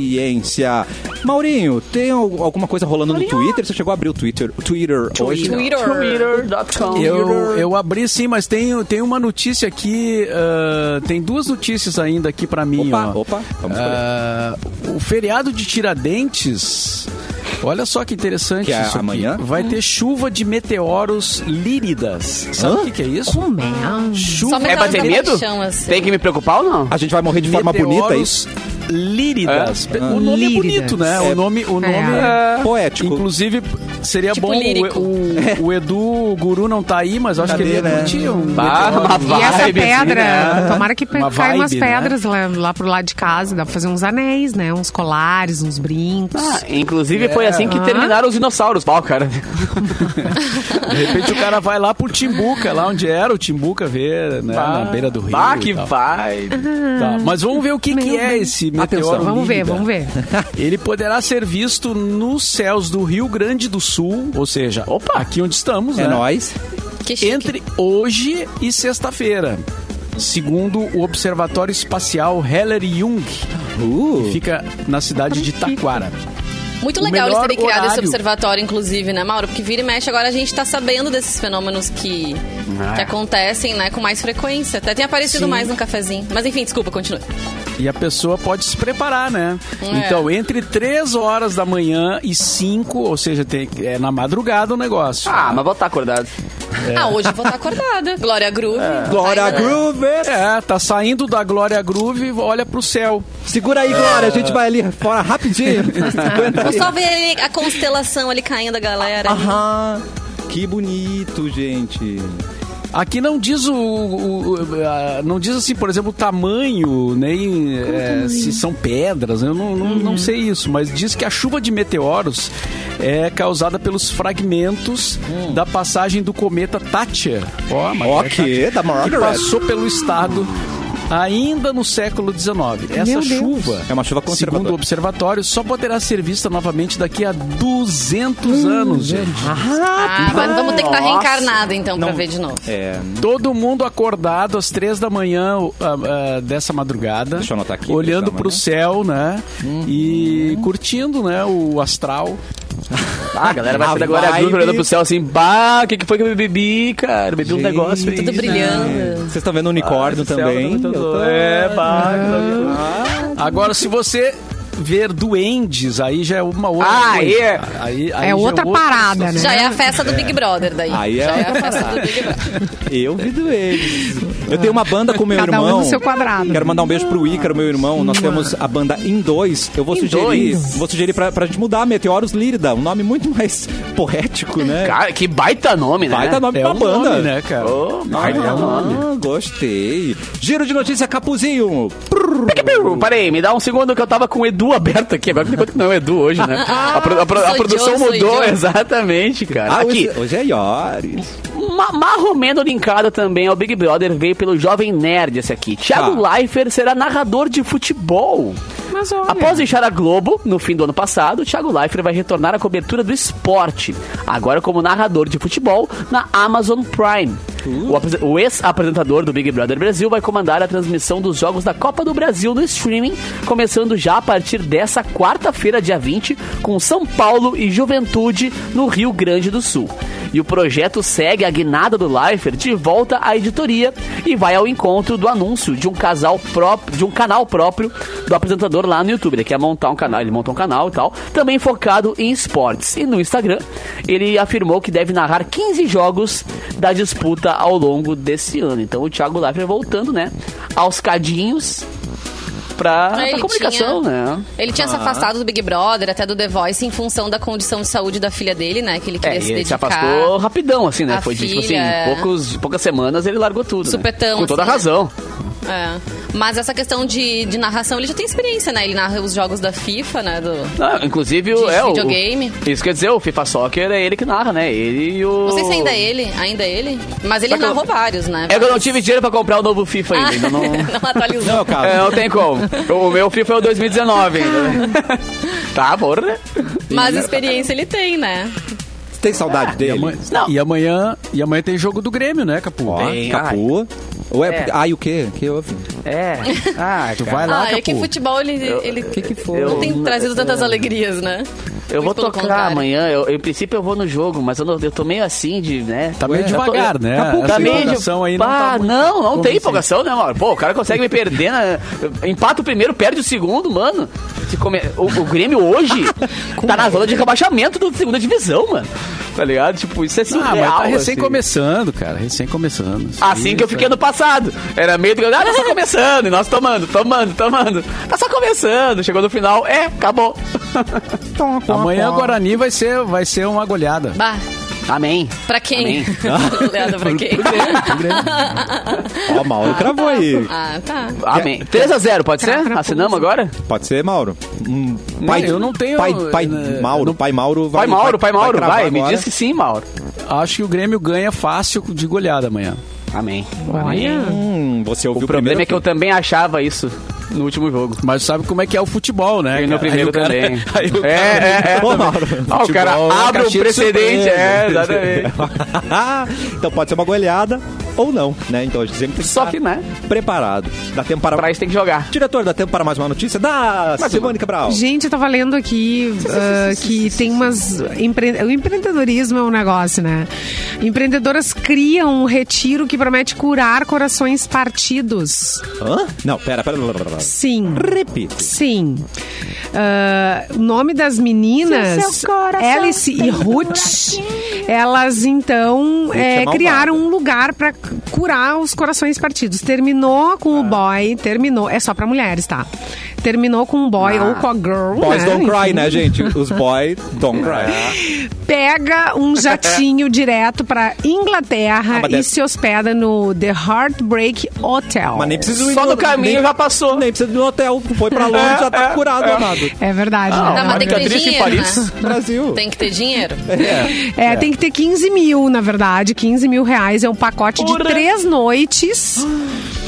S1: audiência. Maurinho, tem al- alguma coisa rolando no Twitter? Você chegou a abrir o Twitter, o Twitter, hoje? não?
S2: Twitter.
S3: Twitter.com
S5: Eu, eu abri sim, mas tem, tem uma notícia aqui. ah, tem duas notícias ainda aqui pra mim.
S1: Opa,
S5: ó.
S1: opa, vamos
S5: Ah, o feriado de Tiradentes. Olha só que interessante
S1: Que é
S5: isso aqui.
S1: amanhã?
S5: Vai ter chuva de meteoros líridas. Sabe
S1: Hã?
S5: o que, que é isso?
S4: Como é?
S5: Chuva
S2: Só
S3: É pra ter
S2: Aquela
S3: medo?
S2: paixão, assim.
S3: Tem que me preocupar ou não?
S1: A gente vai morrer de forma bonita, é isso?
S5: Meteoros Líridas.
S1: É?
S5: O nome é
S4: Líridas.
S5: bonito, né?
S1: É.
S5: O nome, o nome
S4: É.
S1: Poético.
S5: Inclusive, seria
S2: Tipo
S5: bom.
S2: lírico.
S5: O, o, o Edu Guru não tá aí, mas acho
S1: Cadê,
S5: que ele ia
S1: né?
S5: curtir um
S3: Bah,
S5: meteoro.
S3: uma vibe,
S4: E essa
S3: assim,
S4: pedra,
S5: né?
S4: tomara que
S5: Uma
S4: caia umas
S5: vibe, né?
S4: pedras lá, lá pro lado de casa, dá pra fazer uns anéis, né? Uns colares, uns brincos.
S3: Ah, inclusive foi assim
S2: É.
S3: que
S4: Ah.
S3: terminaram os dinossauros, pau, cara.
S5: De repente o cara vai lá pro Timbuca, lá onde era o Timbuca, ver né, na beira do rio.
S3: Ah,
S5: e
S3: que
S5: tal.
S3: vai.
S5: Tá, Mas vamos ver o que,
S4: Meu
S5: que é
S4: bem.
S5: esse meteoro.
S1: Atenção.
S4: Vamos ver,
S5: lírida.
S4: vamos ver.
S5: Ele poderá ser visto nos céus do Rio Grande do Sul, ou seja, opa, aqui onde estamos,
S1: É
S5: né?
S1: nóis.
S2: Que chique.
S5: entre hoje e sexta-feira. Segundo o Observatório Espacial Heller Jung,
S1: Uh.
S5: fica na cidade de Taquara.
S2: Muito
S5: o
S2: legal eles
S5: melhor
S2: terem criado esse
S5: horário.
S2: observatório, inclusive, né, Mauro? Porque vira e mexe, agora a gente tá sabendo desses fenômenos que, que acontecem, né, com mais frequência. Até tem aparecido
S5: Sim.
S2: mais no cafezinho. Mas enfim, desculpa, continua.
S5: E a pessoa pode se preparar, né?
S2: É.
S5: Então, entre 3 horas da manhã e 5, ou seja, tem, é na madrugada o negócio.
S3: Ah, mas vou estar acordado.
S2: Ah, hoje eu vou estar acordada. Glória Groove.
S1: Glória
S2: Ainda-
S1: Groove.
S5: É, tá saindo da Glória Groove, olha pro céu.
S1: Segura aí, Glória. A gente vai ali fora rapidinho. Aguenta
S2: Vou
S1: aí.
S2: só ver a constelação ali caindo, a galera.
S1: Ah, Aham. Que bonito, gente.
S5: Aqui não diz o, o- o- a- não diz assim, por exemplo, o tamanho, nem é, se são pedras, eu não, não, não sei isso, mas diz que a chuva de meteoros é causada pelos fragmentos da passagem do cometa Thatcher. Ó, a matéria
S1: Ok, da
S5: tá que
S1: Margaret.
S5: passou pelo estado ainda no século XIX. Essa
S4: Deus.
S5: chuva
S1: É uma chuva
S5: Segundo o
S1: conservadora.
S5: observatório, só poderá ser vista novamente daqui a 200 anos, gente.
S2: Ah, mas vamos ter que estar
S3: Então, Nossa.
S2: reencarnada então pra
S1: Não.
S2: ver de novo.
S1: É,
S5: Todo mundo acordado às três da manhã uh, uh, dessa madrugada.
S1: Deixa eu anotar aqui,
S5: Olhando
S1: três da
S5: pro
S1: manhã.
S5: céu, né? E curtindo, né? O astral.
S3: Ah, a galera vai
S1: A
S3: sair da Glória
S1: vibe-
S3: Groove olhando pro céu assim, bah, o que, que foi que eu bebi, cara? Bebi um
S1: Gente,
S3: negócio aí.
S2: Tudo brilhando.
S1: Vocês estão vendo o unicórnio
S3: Ah, céu,
S1: também.
S3: tá muito
S1: Eu tô-
S3: doido. É, bah. que doido.
S5: Ah, Agora, se você ver duendes, aí já é uma outra
S3: Ah,
S5: coisa.
S3: é.
S5: Aí- aí já
S4: É outra parada, né?
S2: Já é a festa do Big Brother daí.
S1: Aí é-
S2: Já é a festa do Big Brother.
S1: Eu vi doentes. Eu tenho uma banda com meu
S4: Cada um
S1: irmão.
S4: no seu quadrado.
S1: Quero mandar um beijo pro Ícaro, meu irmão. Nós temos a banda Em Dois. Eu vou
S3: Em
S1: sugerir,
S3: Dois.
S1: vou sugerir pra, pra gente mudar Meteoros Lírida, um nome muito mais poético, né?
S3: Cara, que baita nome, né?
S1: Vai dar nome
S5: É
S1: pra
S5: um
S1: banda.
S5: nome, né, cara?
S3: Ô, baita
S1: Ah,
S3: um nome.
S1: gostei. Giro de notícia, Capuzinho.
S3: Piu, Parei, me dá um segundo que eu tava com o Edu aberto aqui. Agora que enquanto que não é o Edu hoje, né? A, pro- a pro- a
S2: Ah, Sou
S3: produção
S2: eu, sou
S3: mudou,
S2: eu.
S3: exatamente, cara.
S1: Ah,
S3: Tá aqui,
S1: hoje, hoje é Iores.
S3: Ma marromeno linkado também ao Big Brother veio pelo Jovem Nerd esse aqui. Thiago
S1: Tá.
S3: Leifert será narrador de futebol.
S4: Mas olha.
S3: Após deixar a Globo, no fim do ano passado, Thiago Leifert vai retornar à cobertura do esporte, agora como narrador de futebol na Amazon Prime. O apres- O, ex-apresentador do Big Brother Brasil vai comandar a transmissão dos jogos da Copa do Brasil no streaming, começando já a partir dessa quarta-feira, dia 20, com São Paulo e Juventude no Rio Grande do Sul. E o projeto segue a guinada do Leifert de volta à editoria e vai ao encontro do anúncio de um casal próprio, de um canal próprio do apresentador lá no YouTube. Ele quer montar um canal, ele monta um canal e tal, também focado em esportes. E no Instagram, ele afirmou que deve narrar 15 jogos da disputa ao longo desse ano. Então o Thiago Leifert voltando, né, aos cadinhos pra,
S2: Ah,
S3: pra
S2: ele
S3: é comunicação,
S2: tinha-
S3: né?
S2: Ele tinha se afastado do Big Brother, até do The Voice, em função da condição de saúde da filha dele, né? Que ele queria
S3: É,
S2: se
S3: ele se
S2: dedicar.
S3: afastou rapidão, assim, né?
S2: A
S3: Foi de, tipo assim,
S2: filha.
S3: poucos, poucas semanas ele largou tudo. né?
S2: Supetão,
S3: Com toda
S2: assim,
S3: a razão.
S2: É. Mas essa questão de, de narração, ele já tem experiência, né? Ele narra os jogos da FIFA, né? Do...
S3: Ah, inclusive,
S2: De
S3: o, é, o-
S2: videogame.
S3: isso quer dizer, o FIFA Soccer é ele que narra, né? Ele e o.
S2: Não sei se ainda é ele, ainda é ele. Mas ele
S3: Só que eu-
S2: narrou vários, né?
S3: É que eu não tive dinheiro pra comprar o novo FIFA ainda. Então não...
S2: não atualizou.
S1: Não, cara.
S3: É, não tem como. O meu FIFA é o 2019 ainda. né? tá, porra.
S2: Mas experiência ele tem, né?
S1: Tem saudade
S5: E
S1: dele?
S5: amanhã,
S3: Não.
S5: e amanhã, e amanhã tem jogo do Grêmio, né, Capu?
S1: Ó,
S3: Tem,
S1: Capu. Ou é,
S3: É.
S1: Ai, o quê? O que houve?
S3: É. Ah,
S5: Tu vai lá,
S2: ah,
S5: Capu.
S2: é que futebol ele, ele
S1: que foi?
S2: não tem trazido tantas alegrias, né?
S3: Eu vou
S2: Muito pelo
S3: tocar
S2: contrário.
S3: amanhã. Eu, em princípio, eu vou no jogo, mas eu, não- eu tô meio assim de, né?
S5: Tá meio
S3: Eu tô-
S5: devagar, né?
S3: Tá,
S5: Essa
S3: tá meio
S5: empolgação aí não
S3: Pá,
S5: tá muito
S3: não, não tem
S5: convincente.
S3: empolgação, né, mano? Pô, o cara consegue me perder. Na... Empata o primeiro, perde o segundo, mano. Se come- o, o Grêmio hoje tá na zona de rebaixamento da segunda divisão, mano. Tá ligado? Tipo, isso é
S5: Ah,
S3: surreal.
S5: mas tá recém
S3: assim.
S5: começando, cara. Recém começando.
S3: Assim que eu fiquei ano passado. Era meio do. Ah, tá só começando. E nós tomando, tomando, tomando. Tá só começando. Chegou no final. É, acabou.
S5: Amanhã o Guarani vai ser, vai ser uma goleada.
S2: Bah,
S3: Amém.
S2: pra quem?
S3: Amém.
S2: Leandro, pra quem?
S1: Ó, Mauro cravou aí.
S2: ah, tá.
S3: Amém. 3x0, pode ser? Assinamos agora?
S1: Pode ser, Mauro? Hum,
S5: Não,
S1: pai,
S5: eu não tenho-
S1: Pai, pai
S5: né,
S1: Mauro,
S5: não-
S1: pai Mauro vai.
S3: Vai, Mauro, pai Mauro, vai.
S1: cravar
S3: Me
S1: agora.
S3: diz que sim, Mauro.
S5: Acho que o Grêmio ganha fácil de goleada amanhã.
S3: Amém.
S4: Olha.
S1: Hum, você
S3: O
S1: ouviu
S3: problema
S1: primeiro
S3: é que eu também achava isso no último jogo.
S5: Mas sabe como é que é o futebol, né?
S3: E no
S5: cara?
S3: primeiro
S5: Aí o cara-
S3: também.
S5: aí o cara-
S3: É, é, é.
S1: Ô, Mauro.
S3: Ah, o cara
S5: Futebol é
S3: abre um
S5: caixinha de
S3: precedente,
S5: surpresa.
S3: é, exatamente.
S1: então pode ser uma goleada ou não, né? Então a gente sempre tem que
S3: Só
S1: estar
S3: que, né?
S1: preparado. Dá tempo para.
S3: Pra isso tem que jogar.
S1: Diretor, dá tempo para mais uma notícia da
S3: Mais
S1: Simone Cabral.
S4: Gente, eu tava lendo aqui ah, que tem umas. empre- O empreendedorismo é um negócio, né? Empreendedoras criam um retiro que promete curar corações partidos.
S1: Hã? Não, pera, pera. pera, pera, pera.
S4: Sim.
S1: Repita.
S4: Sim. Ah, o nome das meninas, Alice e
S2: um
S4: Ruth, elas então eh,
S1: é malvada.
S4: criaram um lugar para curar os corações partidos. Terminou com o
S1: Ah.
S4: boy, terminou. É só para mulheres, tá? Terminou com o boy ou com a girl.
S1: Ah. Boys
S3: é,
S4: né?
S1: don't cry,
S4: Enfim
S1: né, gente? Os boys don't cry.
S4: pega um jatinho direto pra
S1: Ah,
S4: Inglaterra
S1: mas
S4: e
S1: deve-
S4: se hospeda no The Heartbreak Hotel.
S1: Mas nem precisa ir
S3: Só no
S1: nem-
S3: caminho já É, passou.
S1: Nem precisa ir no hotel. Foi pra longe, já tá curado, amado.
S4: É verdade,
S1: Ah,
S4: né?
S2: Não, Tá, mas tem que ter
S3: Cicatriz em
S2: dinheiro,
S3: Paris.
S2: né?
S1: Brasil.
S2: Tem que ter dinheiro.
S4: É, tem que ter 15 mil, na verdade. 15 mil reais é um pacote de
S3: Porra.
S4: três noites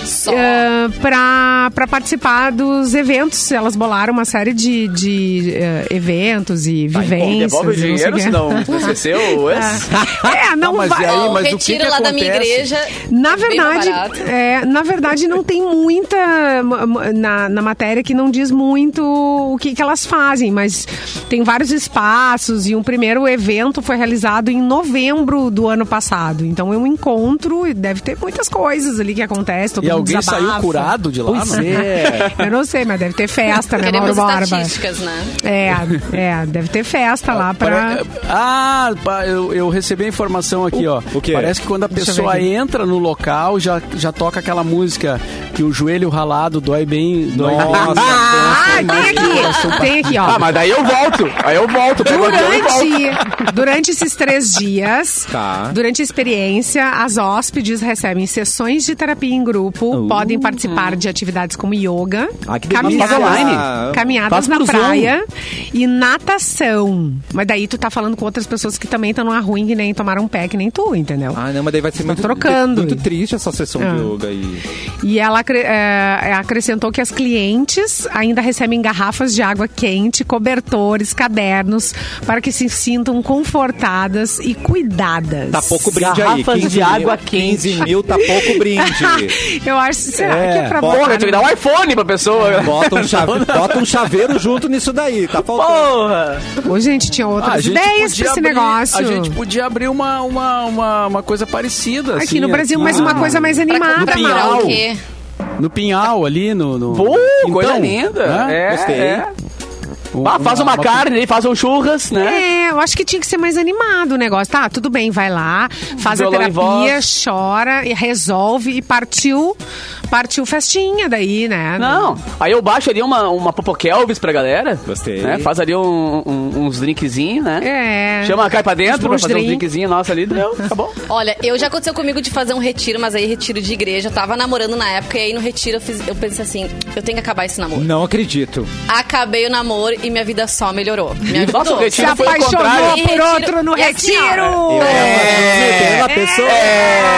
S2: Só.
S4: ah, pra para participar dos eventos. Elas bolaram uma série de, de, eh, eventos e
S3: Bom,
S4: vivências.
S3: então devolve o
S4: e não sei
S3: dinheiro,
S4: quê.
S3: senão esqueceu. esse.
S4: É, não
S5: Tá, mas e
S4: vai.
S5: aí?
S2: Ó, o
S5: mas o que
S2: retiro
S5: que
S2: lá da minha
S5: acontece?
S2: igreja.
S4: Na
S2: bem
S4: verdade,
S2: barato.
S4: é, na verdade, não tem muita ma- ma- na, na matéria que não diz muito o que, que elas fazem, mas tem vários espaços e um primeiro evento foi realizado em novembro do ano passado. Então é um encontro e deve ter muitas coisas ali que acontecem. Todo
S5: E
S4: mundo
S5: alguém
S4: desabafa.
S5: saiu curado de lá, né?
S4: Pois
S5: não?
S4: é. Eu não sei, mas deve ter festa, né, Mauro
S2: Queremos
S4: Borba?
S2: estatísticas, né?
S4: É, é, deve ter festa lá pra.
S5: Pare- Ah, pa- eu, eu recebi a informação aqui, ó.
S1: o quê?
S5: Parece que quando a
S4: Deixa eu
S5: pessoa
S4: ver aqui.
S5: entra no local, já, já toca aquela música que o joelho ralado dói bem. Dói bem.
S4: Ah, tem aqui, tem aqui, ó.
S3: Ah, mas daí eu volto. Aí eu volto. Pegou aqui, eu volto.
S4: Durante, durante esses três dias,
S1: Tá.
S4: durante a experiência, as hóspedes recebem sessões de terapia em grupo, grupo podem participar de atividades como yoga,
S1: Uh. Ah, que delícia.
S4: caminhadas,
S1: Faz online.
S4: caminhadas
S3: Faz
S4: na
S3: cruzão.
S4: praia e natação. Mas daí tu tá falando com outras pessoas que também estão numa ruim que nem tomaram um pé, que nem tu, entendeu?
S1: Ah, não, mas daí vai ser muito,
S4: trocando.
S1: muito triste essa sessão
S3: É.
S4: Ah.
S1: de yoga aí.
S4: E ela acre- eh, acrescentou que as clientes ainda recebem garrafas de água quente, cobertores, cadernos, para que se sintam confortadas e cuidadas.
S1: Tá pouco brinde
S3: Garrafas
S1: aí.
S3: de
S1: 15 mil,
S3: água
S1: 15 mil tá pouco brinde.
S4: Eu acho, será
S5: É,
S4: que é pra botar
S3: Porra, tinha que dar um iPhone pra pessoa.
S1: Bota um, chave- bota um chaveiro junto nisso daí, tá faltando.
S3: Porra!
S4: Ô, gente, tinha
S5: Ah, a
S4: outras
S5: gente
S4: ideias
S5: podia
S4: pra esse
S5: abrir-
S4: negócio.
S5: A gente podia abrir uma, uma, uma, uma coisa parecida.
S4: Aqui
S5: assim,
S4: no Brasil,
S5: aqui
S4: mas uma coisa mais animada,
S5: um
S2: pra
S4: Mauro.
S2: comprar
S5: Pinhal.
S2: o quê?
S5: No Pinhal, ali, no... no...
S3: Pô, coisa
S5: Então,
S3: linda.
S5: né?
S3: É,
S1: Gostei.
S3: é.
S5: Um-
S3: Ah, faz uma carne aí, faz um churras, né?
S4: É, eu acho que tinha que ser mais animado o negócio. Tá, tudo bem, vai lá, faz a
S3: Violão em
S4: terapia,
S3: voz.
S4: chora e resolve e partiu, partiu festinha daí, né?
S3: Não, aí eu baixo ali uma, uma Popokelvis pra galera.
S1: Gostei.
S3: Né? Faz ali um- um- uns drinkzinhos, né?
S4: É.
S3: Chama a Kai pra dentro pra
S4: Uns
S3: fazer uns
S4: drink.
S3: drinkzinhos nossa ali, deu, tá acabou.
S2: Olha, eu já aconteceu comigo de fazer um retiro, mas aí retiro de igreja. Eu tava namorando na época e aí no retiro eu, fiz- eu pensei assim, eu tenho que acabar esse namoro.
S1: Não acredito.
S2: Acabei o namoro e minha vida só melhorou. Minha vida
S3: Nossa, o
S4: Se
S3: retiro foi o
S4: apaixonou
S3: contrário.
S4: por outro no
S2: E assim, ó,
S4: retiro!
S1: É, uma pessoa.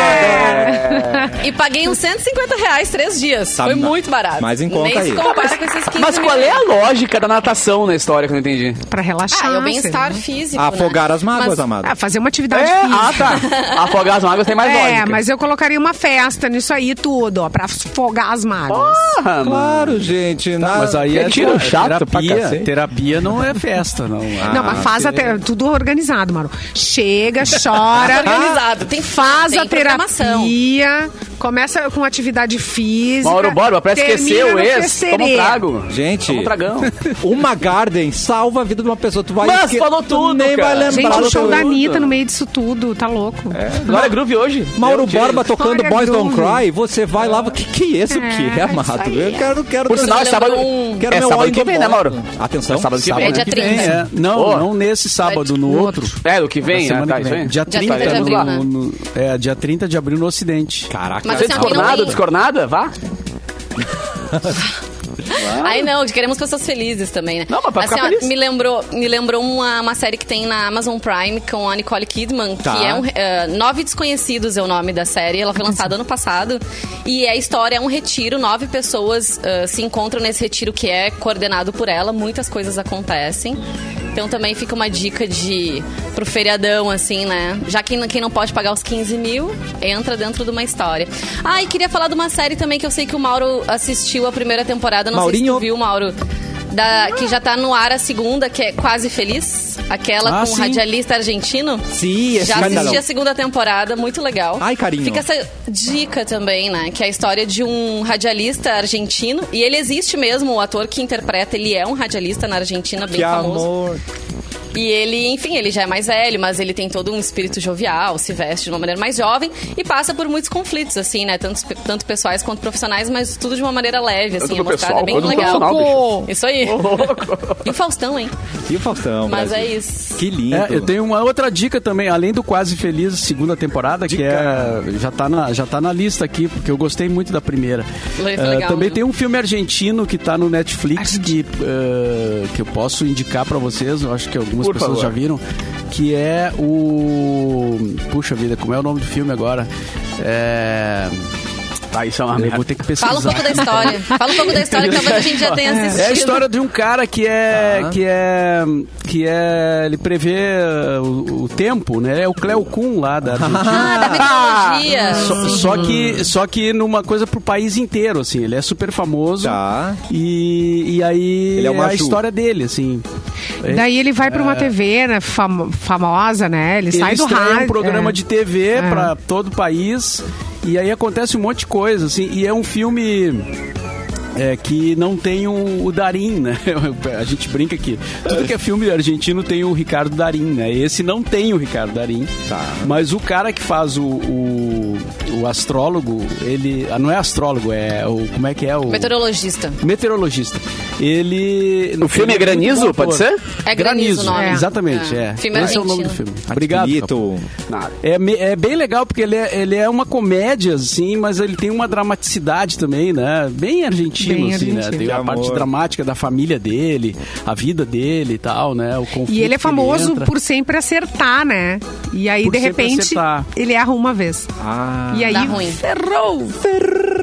S2: É. E paguei uns 150 reais três dias.
S1: Tá,
S2: Foi
S1: ma-
S2: muito barato.
S1: mas em conta
S2: Nem
S1: aí.
S2: se compara com esses 15
S3: Mas qual é
S2: mil.
S3: a lógica da natação na história que eu não entendi?
S4: Pra relaxar.
S2: Ah, é o
S4: sei
S2: bem-estar
S4: lá.
S2: físico, né?
S1: Afogar as mágoas,
S2: Mas-
S1: amado.
S4: Ah, fazer uma atividade
S3: É,
S4: física.
S3: ah, tá. Afogar as mágoas tem mais
S4: é,
S3: lógica.
S4: mas eu colocaria uma festa nisso aí tudo, ó, pra afogar as mágoas.
S3: Porra, mano.
S1: Claro, gente. na-
S5: Mas aí é
S3: Retiro chato pra
S5: terapia.
S1: cacete.
S5: Terapia não é festa, não.
S3: Ah,
S4: Não, mas faz
S5: sim.
S4: até tudo organizado, Mauro. Chega, chora.
S2: Organizado. Tem-
S4: faz
S2: tem
S4: a
S2: programação.
S4: terapia. Começa com atividade física.
S3: Mauro Borba, pra esquecer
S4: termina
S3: o
S4: no
S3: ex,
S4: festerê.
S3: toma um trago.
S1: Gente,
S3: Toma um tragão.
S1: uma Garden salva a vida de uma pessoa. Tu vai
S3: Mas
S1: esque-
S3: falou
S1: tu
S3: tudo,
S1: nem
S3: cara.
S1: vai
S4: Gente,
S1: lembrar.
S4: o
S1: do
S4: show
S1: teu-
S4: da Anitta no meio disso tudo, tá louco.
S3: É. Glória Groove hoje.
S1: Mauro
S3: Meu Deus.
S1: Borba tocando
S4: Olha,
S1: Boys Don't
S4: Groove.
S1: Cry, você vai lá, que que é isso que é,
S4: É,
S1: amado?
S4: isso aí.
S1: Eu quero, quero...
S3: Por sinal, é sábado.
S2: um-
S1: quero
S3: é
S1: meu
S3: sábado
S1: All in
S3: que
S1: the
S3: vem, né,
S1: Morning.
S3: Mauro?
S1: Atenção,
S3: É sábado que
S2: É
S3: vem.
S2: dia
S1: que
S2: 30.
S1: vem, é.
S5: É, não,
S3: Pô.
S5: não nesse sábado, no
S4: No
S5: outro.
S3: É, do que vem,
S5: Na
S3: né?
S5: semana
S3: Tá,
S5: que
S3: isso
S5: vem.
S3: aí.
S5: Dia
S2: 30 de
S5: 30 de
S2: abril,
S5: abril.
S2: né?
S5: é, dia 30 de abril no Ocidente.
S1: Caraca,
S2: Mas
S3: Você é
S2: assim, ó, quem não
S3: descornada,
S2: tem-
S3: descornada? Vá.
S2: Aí não, queremos pessoas felizes também, né?
S3: Não, mas pra
S2: assim,
S3: ficar
S2: ó,
S3: feliz.
S2: me lembrou, me lembrou uma, uma série que tem na Amazon Prime com a Nicole Kidman,
S1: Tá.
S2: que é um, eh, Nove Desconhecidos é o nome da série. Ela foi
S3: Uhum.
S2: lançada ano passado. E é a história é um retiro, nove pessoas eh, se encontram nesse retiro que é coordenado por ela, muitas coisas acontecem. Então também fica uma dica de pro feriadão, assim, né? Já que quem não pode pagar os 15 mil, entra dentro de uma história. Ah, e queria falar de uma série também que eu sei que o Mauro assistiu a primeira temporada. Não sei se
S1: Maurinho.
S2: tu viu, Mauro. Da, que já tá no ar a segunda, que é Quase Feliz. Aquela
S5: Ah,
S2: com o
S5: sim.
S2: radialista argentino.
S1: Sim, é
S2: Já assisti
S1: escândalo.
S2: a segunda temporada, muito legal.
S1: Ai, carinho.
S2: Fica essa dica também, né? Que é a história de um radialista argentino. E ele existe mesmo, o ator que interpreta, ele é um radialista na Argentina, bem
S1: que
S2: famoso.
S1: amor.
S2: E ele, enfim, ele já é mais velho, mas ele tem todo um espírito jovial, se veste de uma maneira mais jovem e passa por muitos conflitos, assim, né? Tanto, tanto pessoais quanto profissionais, mas tudo de uma maneira leve, assim.
S3: tudo
S2: É uma
S3: pessoal,
S2: história bem
S3: coisa do
S2: legal.
S3: profissional,
S2: Isso aí. E o Faustão, hein?
S1: E o Faustão,
S2: Mas
S1: Brasil.
S2: é isso.
S1: Que lindo.
S5: É, eu tenho uma outra dica também, além do Quase Feliz, segunda temporada, que é, já, tá na, já tá na lista aqui, porque eu gostei muito da primeira.
S2: Legal,
S5: Eh,
S2: né?
S5: também tem um filme argentino que tá no Netflix, que, eh, que eu posso indicar pra vocês, eu acho que algumas
S3: Por
S5: pessoas
S3: favor.
S5: já viram, que é o... Puxa vida, como é o nome do filme agora? É... então,
S3: Tá, isso é uma
S5: Eu vou
S3: merda.
S5: ter que pesquisar.
S2: Fala um pouco da história. Fala um pouco da história que talvez a gente já tenha assistido.
S5: É a história de um cara que é.
S1: Tá.
S5: que é. que é. ele prevê uh, o, o tempo, né? É o Cleo Kuhn lá da Argentina.
S2: Ah, da metodologia.
S5: Só, só que, só que numa coisa pro país inteiro, assim. Ele é super famoso.
S1: Tá.
S5: E, e aí
S1: Ele é o
S5: é a
S1: Maju.
S5: história dele, assim.
S4: Daí ele vai pra uma TV, né, fam- famosa, né? Ele, sai
S5: ele
S4: do
S5: estreia
S4: rádio.
S5: É. um programa
S4: é.
S5: de TV
S4: É.
S5: pra todo o país e aí acontece um monte de coisa, assim, e é um filme é, que não tem o, o Darim, né? A gente brinca aqui. Tudo que é filme argentino tem o Ricardo Darim, né? Esse não tem o Ricardo Darim.
S1: Tá.
S5: Mas o cara que faz o, o, o, o astrólogo, ele. ah, Não é astrólogo, é o. Como é que é? O
S2: Meteorologista.
S5: meteorologista. Ele.
S3: O filme é granizo, pode ser?
S2: É granizo, não é?
S5: Exatamente,
S2: É.
S5: é.
S2: Filme
S5: Esse é o nome do
S2: argentino.
S5: filme.
S3: Ah,
S5: Obrigado.
S1: Bonito.
S5: É, me- é bem legal, porque ele é, ele é uma comédia, assim, mas ele tem uma dramaticidade também, né? Bem argentino,
S4: Bem
S5: assim, né?
S4: argentino.
S5: Tem
S1: De
S5: a
S1: amor.
S5: parte dramática da família dele, a vida dele e tal, né? O conflito
S4: E ele é
S5: que
S4: famoso
S5: entra.
S4: por sempre acertar, né? E aí,
S5: Por
S4: de
S5: sempre
S4: repente,
S5: acertar.
S4: ele erra uma vez.
S1: Ah,
S4: e aí,
S2: Dá Tá ruim.
S4: ferrou,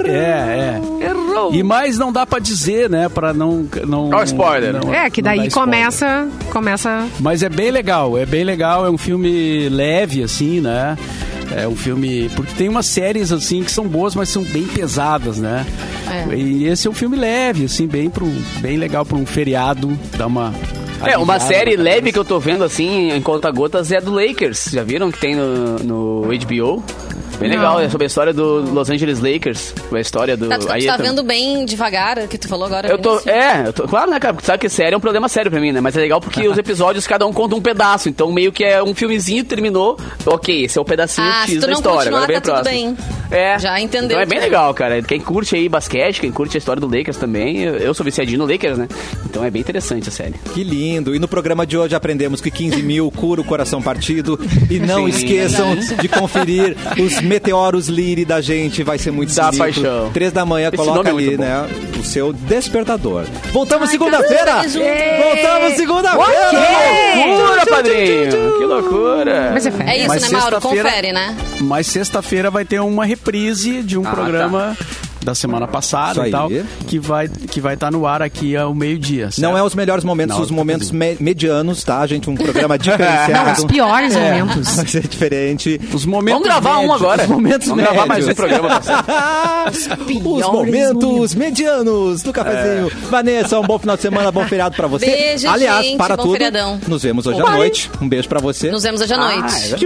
S5: É, é.
S4: ferrou.
S5: E mais não dá pra dizer, né? Pra não... não
S3: Ó, spoiler.
S5: não-
S4: É, que
S5: não dar
S4: daí
S5: spoiler.
S4: começa, começa
S5: Mas é bem legal, é bem legal, é um filme leve, assim, né? É um filme. Porque tem umas séries, assim, que são boas, mas são bem pesadas, né?
S2: É.
S5: E esse é um filme leve, assim, bem, pro, bem legal pra um feriado, dar uma.
S3: É, uma
S5: aliviada
S3: série
S5: na
S3: leve que
S5: cabeça.
S3: eu tô vendo assim, em conta gotas, é a do Lakers. Já viram que tem no, no HBO? Bem
S4: Não.
S3: legal, é sobre a história do Los Angeles Lakers. A história do.
S2: Tá, tu, tu
S3: aí
S2: tá
S3: eu tô-
S2: vendo bem devagar o que tu falou agora?
S3: Eu tô.
S2: Vinícius?
S3: É, eu tô, claro, né, cara? Porque sabe que série é um problema sério pra mim, né? Mas é legal porque os episódios cada um conta um pedaço. Então meio que é um filmezinho terminou. Ok, esse é o pedacinho
S2: Ah,
S3: X
S2: se tu
S3: da
S2: não
S3: história.
S2: continuar,
S3: Agora vem
S2: tá
S3: o
S2: tudo
S3: próximo.
S2: bem.
S3: É.
S2: Já entendeu né?
S3: Então é bem
S2: tudo.
S3: legal, cara. Quem curte aí basquete, quem curte a história do Lakers também. Eu, eu sou viciadinho no Lakers, né? Então é bem interessante a série.
S1: que lindo. E no programa de hoje aprendemos que 15 mil cura o coração partido. E não
S3: Sim.
S1: esqueçam de conferir os meteoros Liri da gente. Vai ser muito
S3: Da
S1: bonito.
S3: paixão.
S1: Três da manhã,
S3: Esse
S1: coloca
S3: nome é
S1: ali,
S3: muito bom.
S1: né? O seu despertador. Voltamos segunda-feira!
S2: caramba, junto.
S1: Voltamos segunda-feira!
S3: Que loucura, padrinho! Que loucura!
S4: Mas é fé.
S2: É isso,
S5: Mas
S2: né, Mauro?
S5: sexta-feira-
S2: Confere, né?
S5: Mas sexta-feira vai ter uma reprise de um
S3: Ah,
S5: programa. Da semana
S1: Isso
S5: passada
S1: aí.
S5: e tal, que vai estar que vai tá no ar aqui ao meio-dia.
S1: Não
S5: certo?
S1: é os melhores momentos,
S5: Não,
S1: os
S5: tá
S1: momentos
S5: tudo
S1: me- medianos, tá, gente? Um programa
S4: Não, os
S1: diferenciado.
S4: piores
S5: É.
S4: momentos.
S1: Vai ser diferente.
S5: Os momentos
S3: Vamos gravar um
S5: médios,
S3: agora.
S5: Os momentos
S3: Vamos gravar mais um
S1: médios.
S3: programa. parceiro.
S1: Os momentos medianos do cafezinho. Vanessa, um bom final de semana, bom feriado pra você.
S2: É. Beijo,
S1: Aliás,
S2: gente,
S1: para
S2: bom
S1: tudo.
S2: feriadão.
S1: Nos vemos hoje à
S2: Bye.
S1: noite. Um beijo pra você.
S2: Nos vemos hoje à
S3: Ah, é
S2: noite.
S3: verdade.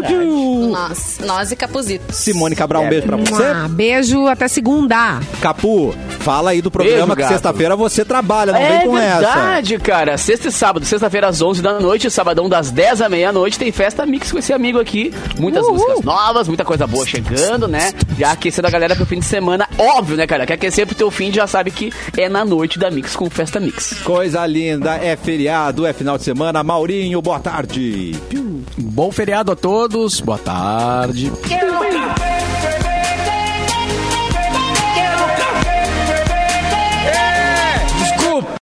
S2: nós, nós e Capuzitos.
S1: Simone Cabral, um
S3: É.
S1: beijo pra você.
S4: Ah, beijo, até segunda.
S1: Capu, fala aí do programa
S3: Beijo,
S1: que
S3: gato.
S1: sexta-feira você trabalha, não
S3: é
S1: vem com
S3: verdade, cara. Sexta e sábado. Sexta-feira às 11 da noite, sabadão das 10 à meia-noite. Tem festa mix com esse amigo aqui. Muitas músicas novas, muita coisa boa chegando, né? Já aquecendo a galera pro fim de semana. Óbvio, né, cara? Quer aquecer pro teu fim, já sabe que é na noite da mix com festa mix.
S1: essa. Coisa linda, é feriado, é final de semana. Maurinho, boa tarde.
S5: Bom feriado a todos. Boa tarde.
S6: Quer o café?